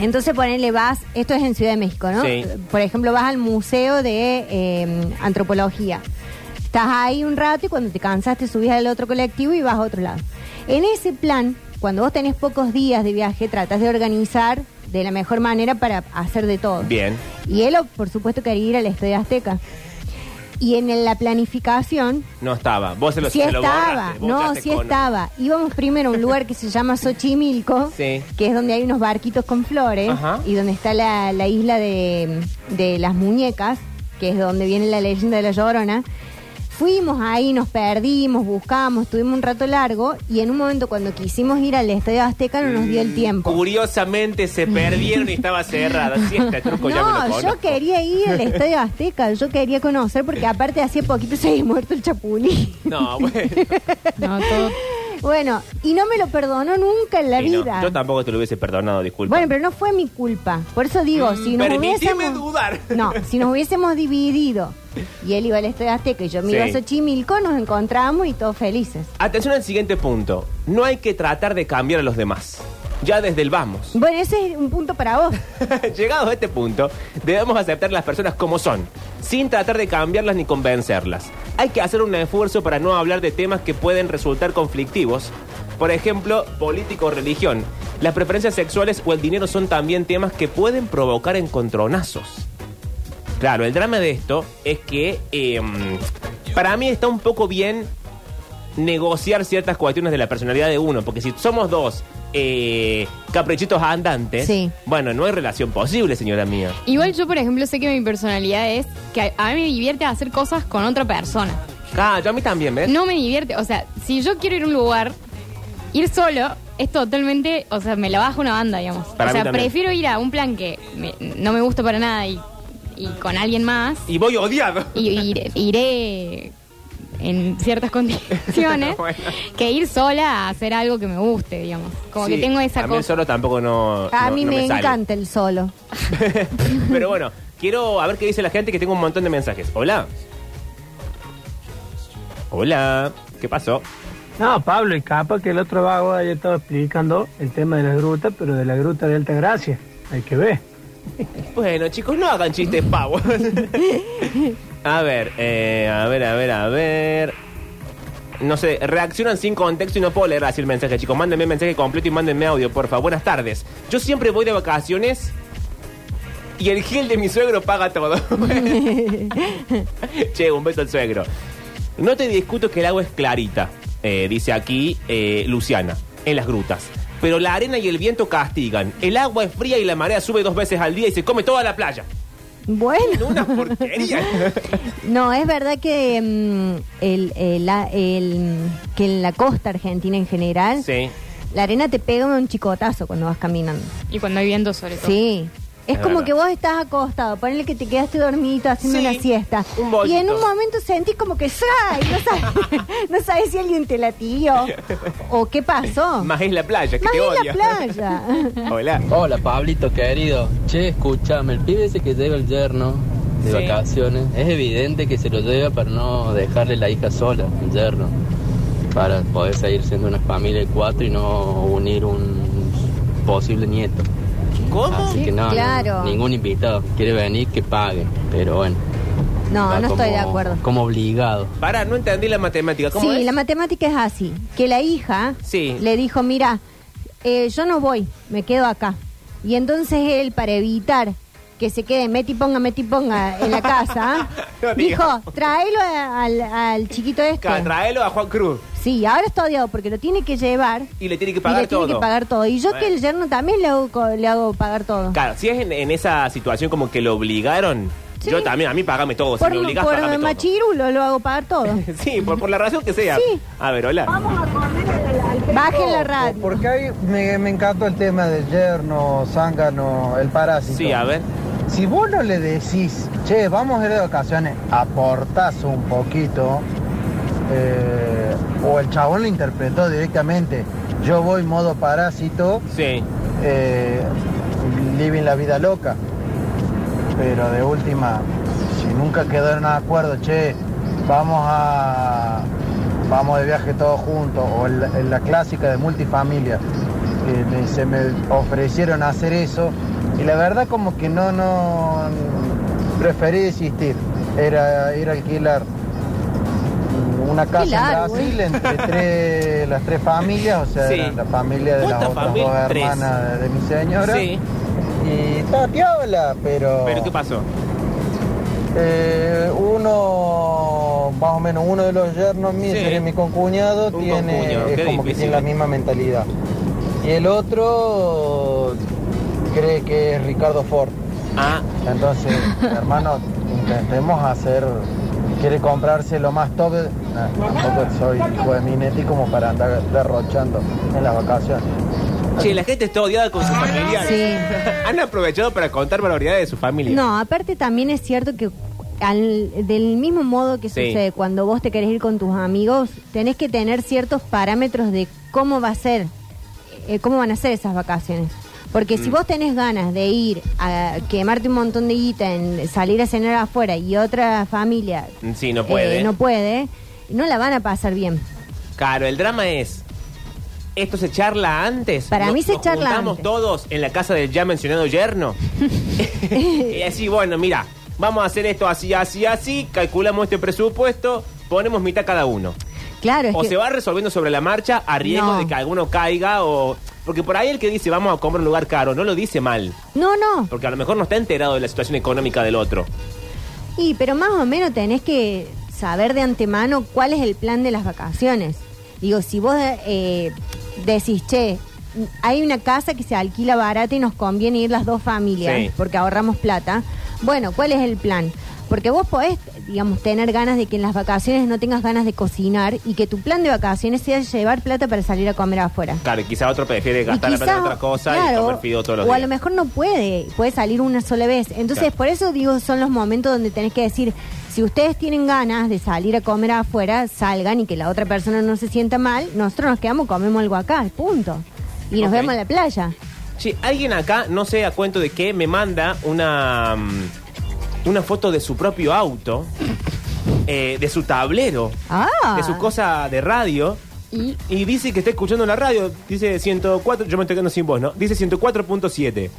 B: Entonces ponele, vas, esto es en Ciudad de México, ¿no?
A: Sí.
B: Por ejemplo, vas al Museo de eh, Antropología. Estás ahí un rato y cuando te cansaste subís al otro colectivo y vas a otro lado. En ese plan, cuando vos tenés pocos días de viaje, tratás de organizar de la mejor manera para hacer de todo.
A: Bien.
B: Y él, por supuesto, quería ir al Estadio Azteca. Y en la planificación,
A: No estaba. Vos se lo,
B: sí
A: se lo
B: estaba,
A: borraste. Vos
B: no,
A: ya te
B: sí
A: cono-
B: estaba. Íbamos primero a un lugar que se llama Xochimilco,
A: *laughs* Sí.
B: que es donde hay unos barquitos con flores
A: Ajá.
B: y donde está la, la isla de, de las muñecas, que es donde viene la leyenda de la llorona. Fuimos ahí, nos perdimos, buscamos, estuvimos un rato largo y en un momento cuando quisimos ir al Estadio Azteca no nos dio
A: Mm,
B: el tiempo.
A: Curiosamente se perdieron y estaba cerrada. Sí, este truco ya me lo
B: No, yo
A: conozco.
B: quería
A: *laughs*
B: ir al Estadio Azteca, yo quería conocer porque aparte hacía poquito se había muerto el chapulín.
A: No, bueno.
C: No, todo.
B: *laughs* Bueno, y no me lo perdonó nunca en la
A: Sí, no,
B: vida.
A: Yo tampoco te lo hubiese perdonado, disculpa.
B: Bueno, pero no fue mi culpa. Por eso digo,
A: Mm,
B: si nos
A: permitime
B: hubiésemos...
A: dudar.
B: No, si nos hubiésemos dividido y él iba al Estadio Azteca y yo me iba
A: Sí.
B: a Xochimilco, nos encontramos y todos felices.
A: Atención al siguiente punto. No hay que tratar de cambiar a los demás. Ya desde el vamos.
B: Bueno, ese es un punto para vos.
A: *laughs* Llegados a este punto, debemos aceptar a las personas como son, sin tratar de cambiarlas ni convencerlas. Hay que hacer un esfuerzo para no hablar de temas que pueden resultar conflictivos, por ejemplo, político o religión. Las preferencias sexuales o el dinero son también temas que pueden provocar encontronazos. Claro, el drama de esto es que eh, para mí está un poco bien negociar ciertas cuestiones de la personalidad de uno, porque si somos dos eh, caprichitos andantes,
B: Sí.
A: bueno, no hay relación posible, señora mía.
C: Igual yo, por ejemplo, sé que mi personalidad es que a a mí me divierte hacer cosas con otra persona.
A: Ah, yo a mí también, ¿ves?
C: No me divierte, o sea, si yo quiero ir a un lugar, ir solo es totalmente, o sea, me la bajo una banda, digamos.
A: Para
C: o
A: mí
C: sea,
A: también.
C: prefiero ir a un plan que me- no me gusta para nada y, y con alguien más
A: Y voy odiado.
C: y, y iré, iré en ciertas *laughs*
A: *laughs*
C: condiciones
A: Bueno.
C: que ir sola a hacer algo que me guste, digamos. Como que
A: Sí,
C: tengo esa
A: a mí el
C: cosa.
A: solo tampoco no.
B: A
A: no-
B: mí
A: no
B: me,
A: sale.
B: encanta el solo.
A: *laughs* Pero bueno, quiero a ver qué dice la gente que tengo un montón de mensajes. Hola. Hola. ¿Qué pasó?
H: No, Pablo, y capaz que el otro vago haya estado explicando el tema de la gruta, pero de la gruta de Altagracia. Hay que ver.
A: Bueno, chicos, no hagan chistes pavos. a ver, eh, a ver, a ver, a ver. No sé, reaccionan sin contexto y no puedo leer así el mensaje, chicos. Mándenme mensaje completo y mándenme audio, porfa. Buenas tardes. Yo siempre voy de vacaciones y el gel de mi suegro paga todo. *laughs* che, un beso al suegro. No te discuto que el agua es clarita, eh, dice aquí eh, Luciana, en las grutas. Pero la arena y el viento castigan. El agua es fría y la marea sube dos veces al día y se come toda la playa.
B: Bueno.
A: No, una porquería.
B: *laughs* No, es verdad que mm, el, el- la- el- que en la costa argentina en general,
A: sí.
B: la arena te pega un chicotazo cuando vas caminando.
C: Y cuando hay viento sobre todo.
B: Sí. Es,
A: Es
B: como
A: verdad.
B: que vos estás acostado, ponele que te quedaste dormidito haciendo
A: Sí,
B: una siesta.
A: un bollito.
B: y en un momento sentís como que ¡sa! Y no sabes, *laughs* no sabes si alguien te latió
A: *laughs*
B: o qué pasó.
A: Más es la playa, que
B: Oh. Más
A: te odia.
B: en la playa.
A: *laughs* Hola.
I: Hola Pablito querido, che escúchame, el pibe ese que lleva el yerno de
A: Sí.
I: vacaciones, es evidente que se lo lleva para no dejarle la hija sola, el yerno, para poder seguir siendo una familia de cuatro y no unir un posible nieto.
A: ¿Cómo?
B: Ah,
I: Así que no, no,
B: Claro.
I: ningún invitado quiere venir que pague, pero bueno,
B: No,
I: Está
B: no estoy
I: como-
B: de acuerdo.
I: Como obligado.
A: Pará, no entendí la matemática. ¿Cómo
B: Sí,
A: es?
B: la matemática es así, que la hija
A: Sí.
B: le dijo, mira, eh, yo no voy, me quedo acá. Y entonces él, para evitar que se quede meti ponga, meti ponga en la casa,
A: *laughs* No
B: dijo,
A: digas.
B: tráelo a- al, al chiquito este.
A: Ca- Traelo a Juan Cruz
B: Sí, ahora está odiado porque lo tiene que llevar
A: y le tiene que
B: y
A: pagar
B: le tiene
A: todo.
B: que pagar todo. Y yo
A: Bueno.
B: que el yerno también le hago, co- le hago pagar todo.
A: Claro, si es en, en esa situación como que lo obligaron,
B: Sí.
A: yo también, a mí pagame todo. si me obligás,
B: por
A: pagame todo.
B: machirulo lo hago pagar todo.
A: *laughs* Sí, por, por la razón que sea.
B: Sí.
A: A ver, hola.
B: Bajen la radio.
J: Porque ahí me, me encantó el tema del yerno, zángano, el parásito.
A: Sí, a ver.
J: Si vos no le decís, che, vamos a ir de vacaciones, aportás un poquito, eh, o el chabón lo interpretó directamente, yo voy modo parásito,
A: Sí.
J: eh, living la vida loca. Pero de última, si nunca quedaron a acuerdo, che, vamos a vamos de viaje todos juntos, o en la, en la clásica de multifamilia, que me- se me ofrecieron hacer eso, y la verdad como que no, no, preferí desistir, era ir a alquilar una casa
B: Alquilar,
J: en Brasil entre tres, las tres familias, o sea,
A: Sí.
J: eran la familia de
A: ¿Cuántas
J: las otras dos
A: familias? Tres.
J: hermanas de, de mi señora.
A: Sí.
J: Y tateaba, pero.
A: Pero ¿qué pasó?
J: eh, uno, más o menos uno de los yernos míos,
A: Sí.
J: sería mi concuñado,
A: Un
J: tiene,
A: concuño,
J: es
A: qué
J: como que
A: difícil.
J: tiene la misma mentalidad. Y el otro cree que es Ricardo Ford.
A: Ah, *laughs*
J: Entonces, hermano, intentemos hacer. Quiere comprarse lo más top. Nah, tampoco soy hijo de Minetti como para andar derrochando en las vacaciones.
A: che, la gente está odiada con sus familiares.
B: Sí.
A: *laughs* Han aprovechado para contar barbaridades de su familia.
B: No, aparte también es cierto que al- del mismo modo que
A: Sí.
B: sucede cuando vos te querés ir con tus amigos, tenés que tener ciertos parámetros de cómo va a ser, eh, cómo van a ser esas vacaciones. Porque
A: Mm.
B: si vos tenés ganas de ir a quemarte un montón de guita en salir a cenar afuera y otra familia
A: Sí, no puede.
B: eh, no puede, no la van a pasar bien.
A: Claro, el drama es. Esto se charla antes.
B: Para
A: Nos-
B: mí se
A: nos
B: charla
A: juntamos
B: antes.
A: todos en la casa del ya mencionado
B: *laughs*
A: yerno. y así, bueno, mira, vamos a hacer esto así, así, así. Calculamos este presupuesto, ponemos mitad cada uno.
B: Claro, es
A: O
B: que-
A: se va resolviendo sobre la marcha a riesgo
B: No.
A: de que alguno caiga o. Porque por ahí el que dice vamos a comprar un lugar caro, no lo dice mal.
B: no, no.
A: Porque a lo mejor no está enterado de la situación económica del otro.
B: Y pero más o menos tenés que saber de antemano cuál es el plan de las vacaciones. Digo, si vos eh, decís, che, hay una casa que se alquila barata y nos conviene ir las dos familias
A: Sí.
B: porque ahorramos plata. Bueno, ¿cuál es el plan? Porque vos podés, digamos, tener ganas de que en las vacaciones no tengas ganas de cocinar y que tu plan de vacaciones sea llevar plata para salir a comer afuera.
A: Claro, y quizá otro prefiere
B: Y
A: gastar la plata en
B: quizá,
A: otra cosa y
B: claro,
A: comer fideo todos los
B: O a
A: días.
B: lo mejor no puede, puede salir una sola vez. Entonces,
A: Claro.
B: por eso digo, son los momentos donde tenés que decir, si ustedes tienen ganas de salir a comer afuera, salgan y que la otra persona no se sienta mal, nosotros nos quedamos, comemos algo acá, punto. Y nos
A: Ok.
B: vemos en la playa.
A: Che, alguien acá, no sé a cuento de qué, me manda una, mm, una foto de su propio auto, eh, de su tablero,
B: Ah.
A: de su cosa de radio.
C: Y
A: Y dice que está escuchando la radio, dice 104, yo me estoy quedando sin voz, ¿no? Dice 104.7.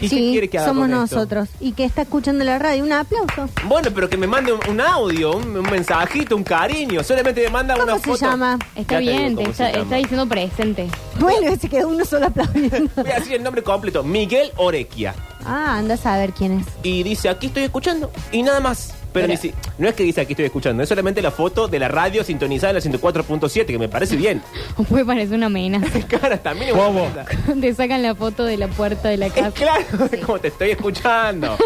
A: ¿Y qué
B: sí,
A: quiere que haga
B: somos
A: con esto?
B: nosotros. Y que está escuchando la radio, un aplauso. *laughs*
A: Bueno, pero que me mande un, un audio, un, un mensajito, un cariño. Solamente me manda
B: ¿Cómo
A: una
B: se
A: foto.
B: llama?
A: Ya
C: está
A: te digo
C: bien, te
A: cómo se
C: está,
A: llama.
C: está diciendo presente.
B: Bueno, se quedó uno solo aplaudiendo.
A: Voy a decir el nombre completo, Miguel Orequia.
B: ah, anda a saber quién es.
A: y dice aquí estoy escuchando y nada más. Pero ni si- no es que dice aquí estoy escuchando, es solamente la foto de la radio sintonizada en la 104.7, que me parece bien.
C: O *laughs* puede parecer una amenaza.
A: Cara, también es una
E: Bobo.
A: cosa.
C: te sacan la foto de la puerta de la
A: Es
C: casa.
A: claro, es como te estoy escuchando.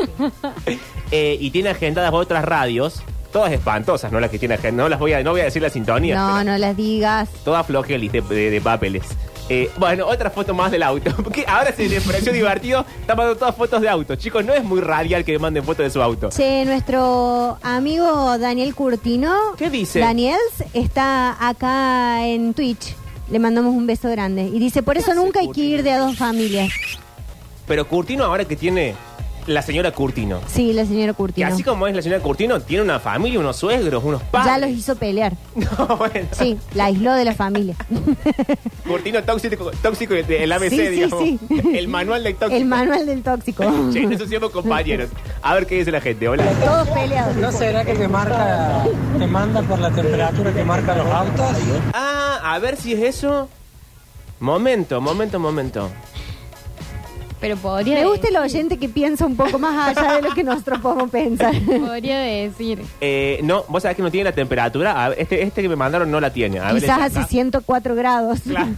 A: Eh, y tiene agendadas otras radios, todas espantosas, no las que tiene agendadas, no las voy a, no voy a decir la sintonía.
B: No,
A: pero
B: no las digas.
A: Todas flojelis de, de- de papeles. Eh, bueno, otra foto más del auto. *laughs* Porque ahora se les pareció divertido, está mandando todas fotos de auto. Chicos, no es muy radial que manden fotos de su auto.
B: Che, nuestro amigo Daniel Curtino.
A: ¿Qué dice?
B: Daniels está acá en Twitch. Le mandamos un beso grande. Y dice, por eso nunca hay que ir de a dos familias.
A: Pero Curtino ahora que tiene la señora Curtino.
B: Sí, la señora
A: Que
B: Curtino.
A: así como es la señora Curtino, tiene una familia, unos suegros, unos *laughs*
B: Ya los
A: padres.
B: hizo pelear.
A: No, bueno.
B: Sí, la aisló de la familia.
A: Curtino tóxico, tóxico el, el ABC,
B: Sí, sí,
A: digamos.
B: sí.
A: *laughs* El manual del *laughs* tóxico.
B: El manual del tóxico.
A: Che, nosotros somos compañeros. A ver qué dice la gente, hola.
B: Todos peleados.
K: ¿No será que te marca, te manda por la temperatura que marcan los autos?
A: Ah, a ver si es eso. Momento, momento, momento.
C: Pero podría
B: Me gusta el
C: decir,
B: oyente que piensa un poco más allá de lo que nosotros podemos pensar.
C: podría decir.
A: Eh, no, vos sabés que no tiene la temperatura. A ver, este, este que me mandaron no la tiene. A ver,
B: Quizás
A: esa- *laughs*
B: hace 104 grados.
A: Claro.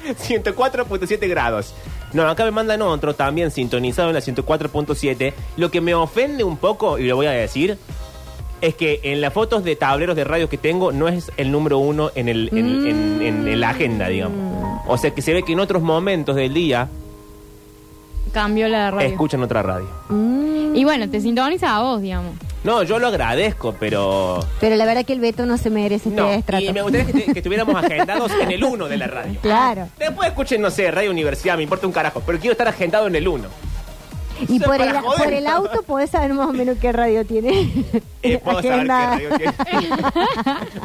A: 104.7 grados. No, acá me mandan otro también sintonizado en la 104.7. Lo que me ofende un poco, y lo voy a decir, es que en las fotos de tableros de radio que tengo no es el número uno en, el, en, en- en- en la agenda, digamos. O sea que se ve que en otros momentos del día
C: Cambió la radio.
A: escuchan otra radio.
C: Y bueno, te sintoniza a vos, digamos.
A: No, yo lo agradezco, pero...
B: Pero la verdad que el Beto no se merece este
A: No,
B: destrato.
A: y me gustaría que, te- que estuviéramos agendados en el uno de la radio.
B: Claro.
A: Después escuchen, no sé, Radio Universidad, me importa un carajo, pero quiero estar agendado en el uno.
B: Y
A: Eso es
B: por el,
A: para joder.
B: por el auto podés saber más o menos qué radio
A: *laughs*
B: tiene.
A: Eh, puedo
B: Aquí
A: saber
B: nada.
A: qué radio tiene.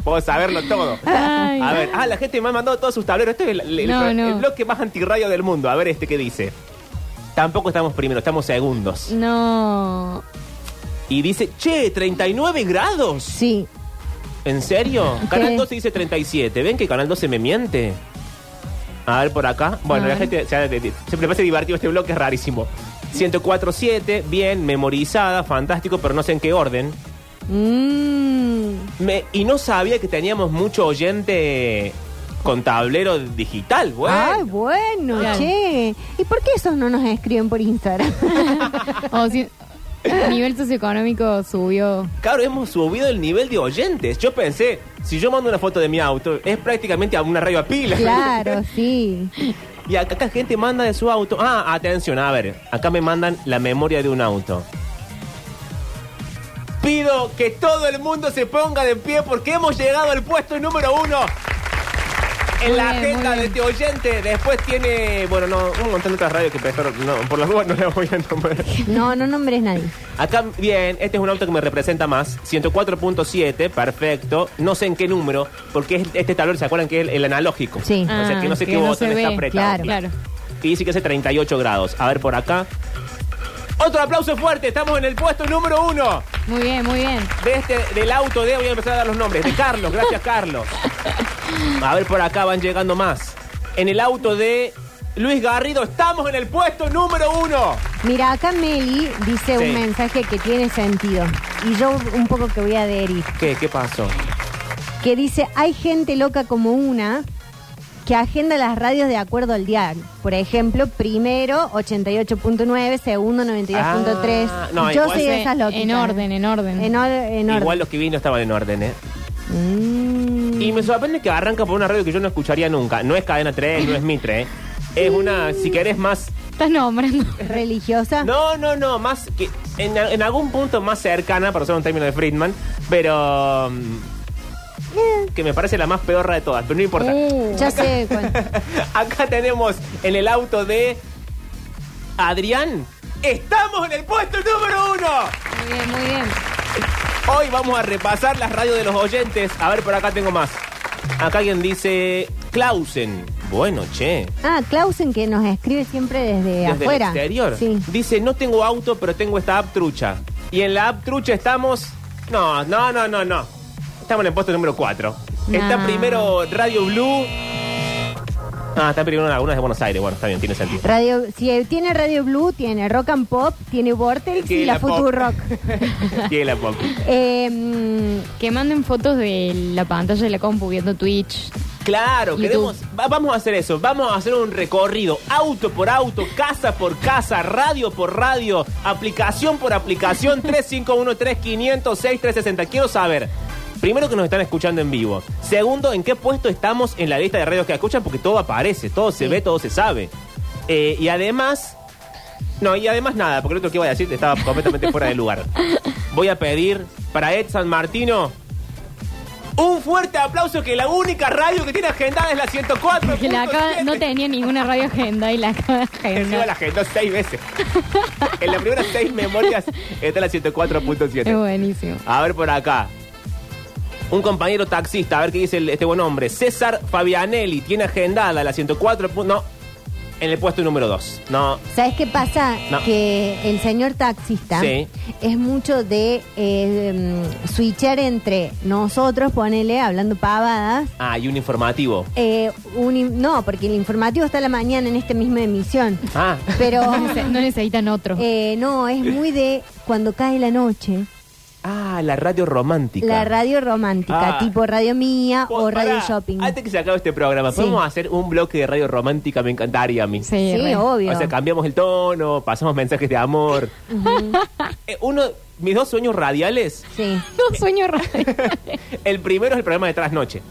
A: puedo saberlo todo.
C: Ay.
A: A ver, ah, la gente me ha mandado todos sus tableros. Este es el, el-
C: No,
A: el
C: no.
A: bloque más antirradio del mundo. A ver este que dice. Tampoco estamos primero, estamos segundos.
C: No.
A: Y dice, che, 39 grados.
B: Sí.
A: ¿En serio? Canal
B: ¿Qué?
A: 12 dice 37. ¿Ven que Canal 12 me miente? A ver por acá. Bueno,
C: A
A: la
C: ver.
A: gente se ha- de- de- siempre me hace divertido este bloque, es rarísimo. 104.7, bien, memorizada, fantástico, pero no sé en qué orden.
B: Mm.
A: Me- y no sabía que teníamos mucho oyente con tablero digital, güey.
B: Ay, bueno,
C: Bien.
B: che. ¿Y por qué esos no nos escriben
A: *laughs*
B: por Instagram? *laughs*
C: O si, nivel socioeconómico subió.
A: Claro, hemos subido el nivel de oyentes. Yo pensé, si yo mando una foto de mi auto, es prácticamente a una radio a pila.
B: claro, sí.
A: Y acá, acá gente manda de su auto. Ah, atención, a ver. Acá me mandan la memoria de un auto. Pido que todo el mundo se ponga de pie porque hemos llegado al puesto número uno. En
C: Muy
A: la
C: bien,
A: agenda
C: muy
A: de
C: bien.
A: este oyente, después tiene, bueno, no, un montón de otras radios que empezaron, no, por las dudas no las voy a nombrar.
B: No, no nombres nadie.
A: Acá, bien, este es un auto que me representa más. 104.7, perfecto. No sé en qué número, porque es- este tablero, ¿se acuerdan que es el, el analógico?
B: Sí.
A: O sea, que no sé
C: Ah,
A: qué
C: que no
A: botón
C: se
A: está
C: ve,
A: apretado.
B: claro.
C: Claro.
A: Y dice que hace 38 grados. A ver por acá. Otro aplauso fuerte, estamos en el puesto número uno
C: Muy bien, muy bien.
A: de este, del auto de, voy a empezar a dar los nombres, de Carlos, gracias Carlos. A ver por acá van llegando más. En el auto de Luis Garrido, estamos en el puesto número uno.
B: Mira, acá Meli dice
A: Sí.
B: un mensaje que tiene sentido. Y yo un poco que voy a adherir.
A: ¿Qué? ¿Qué pasó?
B: Que dice, hay gente loca como una que agenda las radios de acuerdo al diario. Por ejemplo, primero 88.9, segundo 92.3.
A: Ah, no,
B: yo
A: igual-
B: soy de esas loquitas.
C: En orden, en orden.
B: En, or- en orden.
A: Igual los que vi no estaban en orden, ¿eh?
B: Mm.
A: Y me sorprende que arranca por una radio que yo no escucharía nunca. No es Cadena 3, no es Mitre, ¿eh? Es una, si querés, más
C: Estás
A: *laughs*
C: nombrando.
B: religiosa.
A: No, no, no, más que en, en algún punto más cercana, para usar un término de Friedman, pero mm, que me parece la más peorra de todas, pero no importa. *laughs*
C: Uh.
B: Ya sé cuál.
A: Acá tenemos en el auto de Adrián. Estamos en el puesto número uno.
C: Muy bien, muy bien.
A: Hoy vamos a repasar las radios de los oyentes. A ver, por acá tengo más. Acá alguien dice Clausen. Bueno, che.
B: Ah, Clausen que nos escribe siempre desde,
A: desde
B: afuera.
A: el exterior.
B: Sí.
A: Dice, no tengo auto, pero tengo esta app trucha. Y en la app trucha estamos... No, no, no, no, no. Estamos en el puesto número 4.
C: No.
A: Está primero Radio Blue. Ah, está primero algunas de Buenos Aires. Bueno, está bien, tiene sentido.
B: *laughs* Radio, si eh, tiene Radio Blue, tiene Rock and Pop, tiene Vortex
A: Tiene
B: y la
A: la pop. *laughs*
B: Futurock.
A: Tiene la pop.
B: Eh, mm,
C: Que manden fotos de la pantalla de la compu viendo Twitch.
A: Claro,
C: YouTube.
A: queremos, va- vamos a hacer eso, vamos a hacer un recorrido, auto por auto, casa por casa, radio por radio, aplicación por aplicación, 351-3500-6360. Quiero saber, primero que nos están escuchando en vivo, segundo, en qué puesto estamos en la lista de radios que escuchan, porque todo aparece, todo se ve, todo se sabe. Eh, y además, no, y además nada, porque lo otro que iba a decir estaba completamente fuera de lugar. Voy a pedir para Ed San Martino Un fuerte aplauso que la única radio que tiene agendada es la 104.
C: Que la
A: *laughs*
C: acaba- no tenía ninguna radio agenda y la acaba de
A: Encima la agendó
C: agendar.
A: seis veces. en las primeras seis memorias está la
C: Es
A: 104.7.
C: buenísimo.
A: A ver por acá. Un compañero taxista, a ver qué dice el- este buen hombre. César Fabianelli tiene agendada la 104. pu- No, en el puesto número 2. No,
B: ¿Sabes qué pasa?
A: No.
B: Que el señor taxista
A: Sí.
B: es mucho de eh, mm, switchar entre nosotros, ponele, hablando pavadas.
A: ah, y un informativo.
B: eh, un in- no, porque el informativo está a la mañana en esta misma emisión.
A: Ah, *laughs*
B: Pero
C: No, nece- no necesitan otro.
B: eh, no, es muy de cuando cae la noche,
A: ah la radio romántica.
B: la radio romántica,
A: Ah.
B: tipo radio mía
A: Pues,
B: o radio
A: pará,
B: shopping.
A: Antes que se acabe este programa,
B: Sí.
A: podemos hacer un bloque de radio romántica, me encantaría a mí.
C: Sí,
B: Sí,
C: re.
B: obvio.
A: O sea, cambiamos el tono, pasamos mensajes de
B: *laughs*
A: amor. *laughs* Eh, Uno, mis dos sueños
B: *laughs*
A: radiales,
B: sí,
C: *laughs* No sueño radio.
A: el primero es el programa de trasnoche.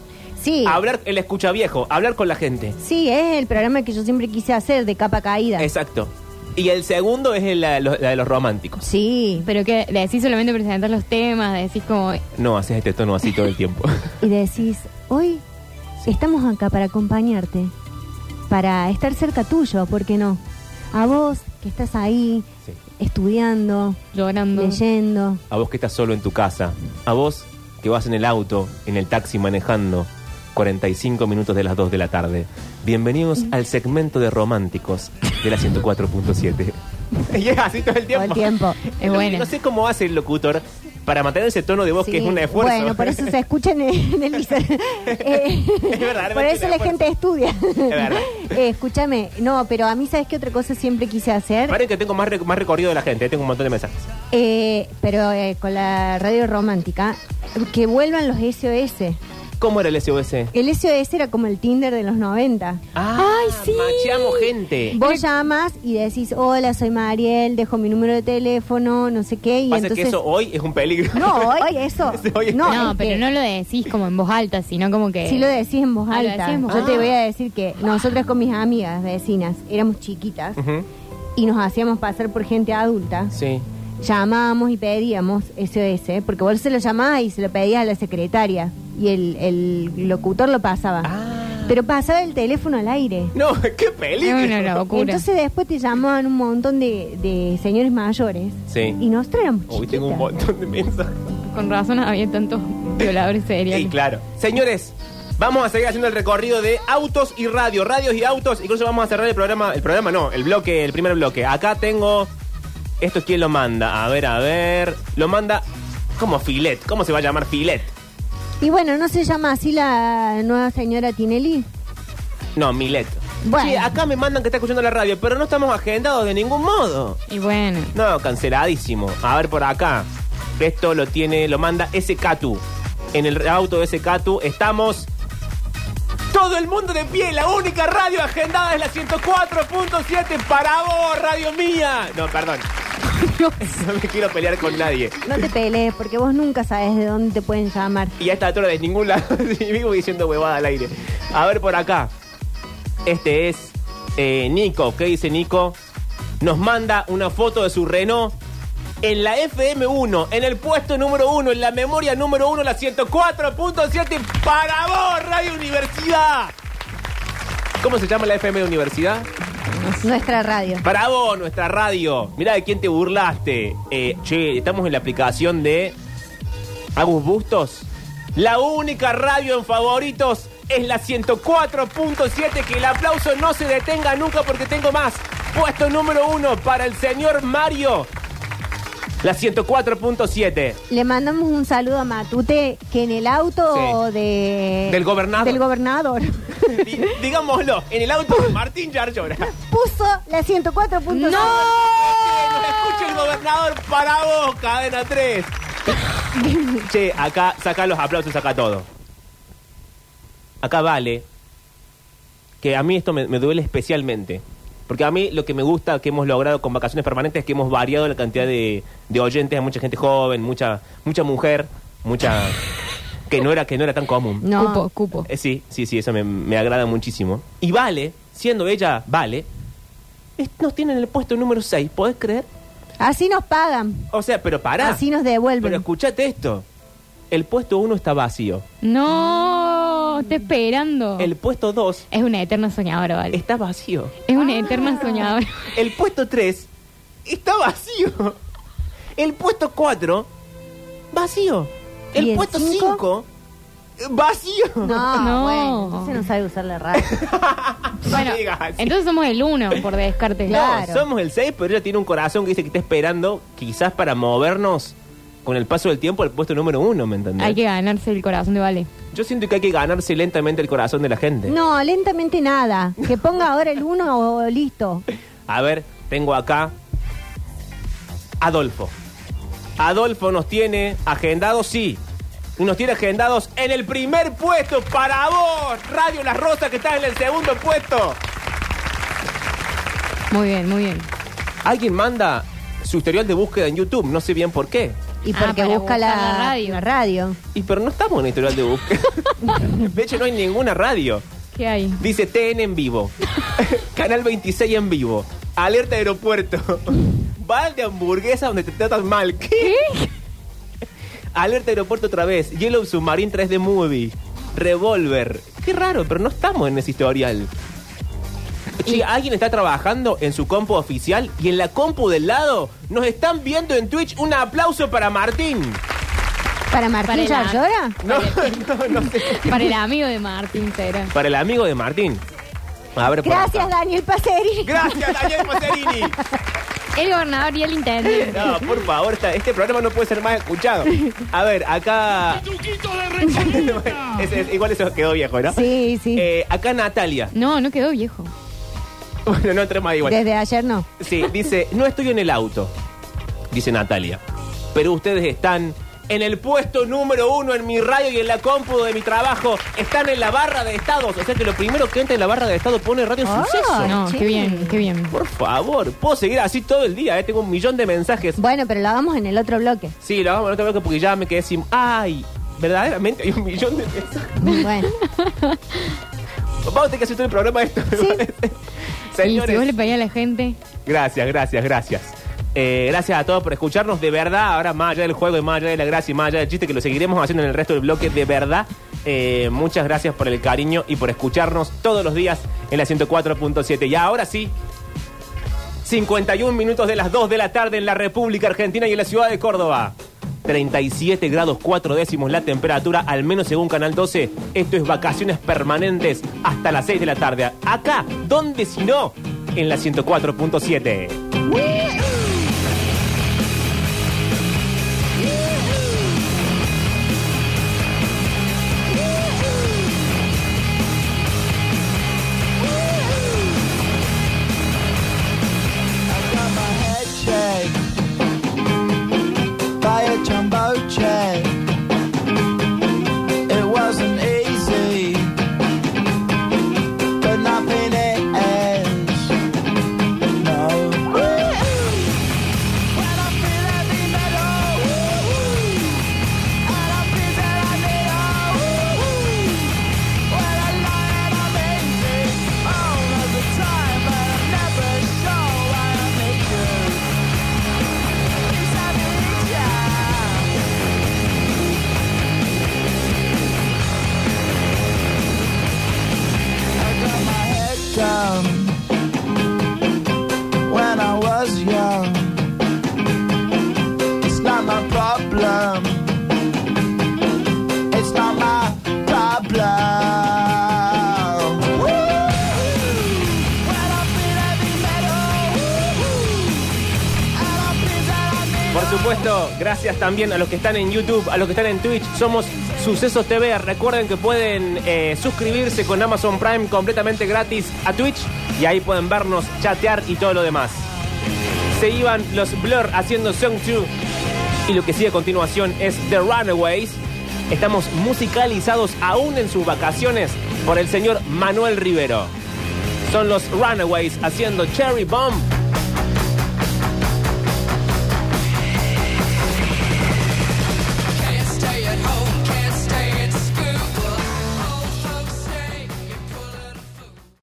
B: sí,
A: Hablar, el escucha viejo, hablar con la gente.
B: sí, es el programa que yo siempre quise hacer de capa caída.
A: Exacto. Y el segundo es el- la, los- la de los románticos.
B: Sí,
C: *laughs* Pero que decís solamente presentar los temas, decís como.
A: No, haces este tono así todo el
B: *laughs*
A: tiempo.
B: y decís, hoy estamos acá para acompañarte, para estar cerca tuyo, ¿por qué no? A vos que estás ahí,
A: Sí.
B: estudiando,
C: llorando.
B: leyendo.
A: A vos que estás solo en tu casa. A vos que vas en el auto, en el taxi manejando. 45 minutos de las 2 de la tarde. Bienvenidos al segmento de románticos de la 104.7. *laughs* y es así todo el
B: Todo
A: tiempo.
B: el
A: *laughs*
B: tiempo.
C: Es buena.
A: No sé cómo hace el locutor para mantener ese tono de voz que es
B: Sí.
A: un esfuerzo.
B: Bueno, por eso
A: *laughs*
B: se escucha en el, en el visor. Eh,
A: Es verdad,
B: por
A: es
B: eso
A: un
B: la
A: esfuerzo.
B: gente estudia.
A: verdad.
B: *laughs* Eh, escúchame, no, pero a mí, ¿sabes qué otra cosa siempre quise hacer?
A: Paren que tengo más, rec- más recorrido de la gente, tengo un montón de mensajes.
B: Eh, pero eh, con la radio romántica, que vuelvan los SOS.
A: ¿Cómo era el SOS?
B: El SOS era como el Tinder de los 90.
A: Ah, Ay, sí. Macheamos gente.
B: Vos llamas y decís, hola, soy Mariel, dejo mi número de teléfono, no sé qué, y
A: Pasa
B: entonces...
A: que eso hoy es un peligro.
B: No,
C: *laughs*
B: hoy eso...
A: Hoy es-
B: no,
C: No,
B: es
C: pero
B: que
C: no lo decís como en voz alta, sino como que.
B: Si lo decís en voz
C: Ah, lo
B: alta,
C: decís en voz
B: yo te
C: alta.
B: voy a decir que nosotras con mis amigas vecinas éramos
A: *laughs*
B: chiquitas
A: Ujú,
B: y nos hacíamos pasar por gente adulta.
A: Sí.
B: Llamábamos y pedíamos SOS, porque vos se lo llamabas y se lo pedías a la secretaria y el, el locutor lo pasaba.
A: Ah.
B: Pero pasaba el teléfono al aire.
A: No, *laughs* qué peligro.
C: Es una locura.
B: Entonces después te llamaban un montón de, de señores mayores.
A: Sí. Oh,
B: Y nosotros éramos
A: Uy, tengo un
B: chiquitas.
A: montón de mensajes.
C: Con razón había tantos violadores seriales.
A: Sí, claro. Señores, vamos a seguir haciendo el recorrido de autos y radio, radios y autos. Incluso vamos a cerrar el programa, el programa no, el bloque, el primer bloque. Acá tengo. ¿Esto quién lo manda? A ver, a ver. Lo manda. ¿Cómo Filet? ¿Cómo se va a llamar Filet?
B: Y bueno, ¿no se llama así la nueva señora Tinelli?
A: No, Milet.
B: Bueno.
A: Che, acá me mandan que está escuchando la radio, pero no estamos agendados de ningún modo.
C: Y bueno,
A: No, canceladísimo. A ver por acá. Esto lo tiene, lo manda ese Catu. En el auto de ese Catu estamos. Todo el mundo de pie, la única radio agendada es la 104.7 para vos, radio mía. No, perdón. *laughs* No me quiero pelear con nadie.
B: No te pelees, porque vos nunca sabes de dónde te pueden llamar.
A: Y a esta altura de ningún lado *laughs* y vivo diciendo huevada al aire. A ver por acá. Este es eh, Nico. ¿Qué dice Nico? Nos manda una foto de su Renault en la FM1, en el puesto número 1, en la memoria número 1, la 104.7. ¡Para vos, Radio Universidad! ¿Cómo se llama la FM de Universidad?
B: Nuestra radio.
A: Bravo, nuestra radio. Mirá de quién te burlaste. Eh, che, estamos en la aplicación de Agus Bustos. La única radio en favoritos es la 104.7. Que el aplauso no se detenga nunca porque tengo más. Puesto número uno para el señor Mario. La 104.7.
B: Le mandamos un saludo a Matute, que en el auto
A: Sí.
B: de...
A: Del gobernador.
B: Del gobernador. *laughs*
A: Di- Digámoslo, en el auto Martín Yar llora.
B: Puso la 104.9.
A: Nos escucha el gobernador para vos, cadena 3. che, acá saca los aplausos, saca todo. Acá vale. Que a mí esto me, me duele especialmente. Porque a mí lo que me gusta que hemos logrado con vacaciones permanentes es que hemos variado la cantidad de, de oyentes, mucha gente joven, mucha, mucha mujer, mucha que no era, que no era tan común.
B: No.
C: cupo, cupo.
A: Eh, sí, sí, sí, eso me, me agrada muchísimo. Y Vale, siendo ella Vale, es- nos tiene en el puesto número 6, ¿podés creer?
B: Así nos pagan.
A: O sea, pero pará.
B: Así nos devuelven.
A: Pero escuchate esto. el puesto 1 está vacío.
C: No, está
B: Oh.
C: esperando.
A: El puesto 2
C: es una eterna soñadora, ¿vale?
A: está vacío.
C: Es una
B: Ah.
C: eterna soñadora.
A: El puesto 3 está vacío. El puesto 4 vacío.
B: ¿Y
A: El
B: el
A: puesto
B: cinco?
A: 5 vacío.
B: No,
C: No.
B: bueno, entonces no sabe usar la radio.
C: *laughs*
A: *laughs*
C: Bueno,
A: digas así.
C: entonces somos el uno, por descarte.
B: Claro.
A: No, somos el 6, pero ella tiene un corazón que dice que está esperando quizás para movernos con el paso del tiempo al puesto número 1, ¿me entendés?
C: Hay que ganarse el corazón de Vale.
A: Yo siento que hay que ganarse lentamente el corazón de la gente.
B: No, lentamente nada. Que ponga ahora el uno o listo.
A: A ver, tengo acá Adolfo. Adolfo nos tiene agendados, sí. Y Nos tiene agendados en el primer puesto para vos, Radio Las Rosas, que está en el segundo puesto.
C: Muy bien, muy bien.
A: Alguien manda su historial de búsqueda en YouTube, no sé bien por qué.
B: Y
C: Ah,
B: porque
C: para
B: busca
C: buscar
B: la,
C: la radio.
B: la radio.
A: Y pero no estamos en el historial de búsqueda. *laughs* De hecho, no hay ninguna radio.
C: ¿Qué hay?
A: Dice TN en vivo. *laughs* Canal 26 en vivo. Alerta aeropuerto. *laughs* Val de hamburguesa donde te tratas mal. ¿Qué? Alerta aeropuerto otra vez. Yellow Submarine 3D Movie. Revolver. Qué raro, pero no estamos en ese historial. Che, alguien está trabajando en su compu oficial y en la compu del lado nos están viendo en Twitch. Un aplauso para Martín.
B: ¿Para Martín
C: Para
B: ya
C: la-
B: llora?
A: No, *laughs* no, no sé.
C: Para el amigo de Martín será.
A: Para el amigo de Martín. A ver, por
B: Gracias,
A: acá.
B: Daniel Paceri.
A: Gracias, Daniel Maserini.
C: El gobernador y el intendente.
A: No, por favor, esta- este programa no puede ser más escuchado. A ver, acá. *laughs* Ese- ese- igual eso quedó viejo, ¿no?
B: Sí, sí.
A: Eh, acá Natalia. *laughs*
C: No, no quedó viejo.
A: Bueno, no entremos ahí igual.
B: Desde ayer no.
A: Sí, dice, no estoy en el auto, dice Natalia. Pero ustedes están en el puesto número uno en mi radio y en la compu de mi trabajo. Están en la barra de estados. O sea que lo primero que entra en la barra de estado pone radio
B: Ah.
A: suceso.
C: No,
B: che.
C: qué bien, qué bien.
A: Por favor, puedo seguir así todo el día, eh, tengo un millón de mensajes.
B: Bueno, pero lo hagamos en el otro bloque.
A: Sí, lo vamos a otra vez porque ya me quedé sin. ¡Ay! Verdaderamente hay un millón de mensajes.
B: Bueno,
A: Vamos a tener que hacer todo el programa esto. me
B: Sí.
A: parece.
C: Y si vos le
A: Señores,
C: pedís a la gente,
A: gracias, gracias, gracias. Eh, gracias a todos por escucharnos. De verdad, ahora más allá del juego y más allá de la gracia y más allá del chiste que lo seguiremos haciendo en el resto del bloque. De verdad, eh, muchas gracias por el cariño y por escucharnos todos los días en la 104.7. Y ahora sí, 51 minutos de las 2 de la tarde en la República Argentina y en la ciudad de Córdoba. 37 grados 4 décimos la temperatura, al menos según Canal 12. Esto es vacaciones permanentes hasta las 6 de la tarde. Acá, ¿dónde si no? En la 104.7.
J: by a jumbo jet. It wasn't easy, but nothing ends. No. When I feel heavy metal, and I feel that I need all. When I lie and I'm empty all of the time, but I'm never sure why I need you. Dumb. When I was young, it's not my problem. It's not my problem. Woo! When I feel heavy metal, woo!
A: Por supuesto, gracias también a los que están en YouTube, a los que están en Twitch. Somos Sucesos TV. Recuerden que pueden eh, suscribirse con Amazon Prime completamente gratis a Twitch y ahí pueden vernos, chatear y todo lo demás. Se iban los Blur haciendo Song 2 y lo que sigue a continuación es The Runaways. Estamos musicalizados aún en sus vacaciones por el señor Manuel Rivero. Son los Runaways haciendo Cherry Bomb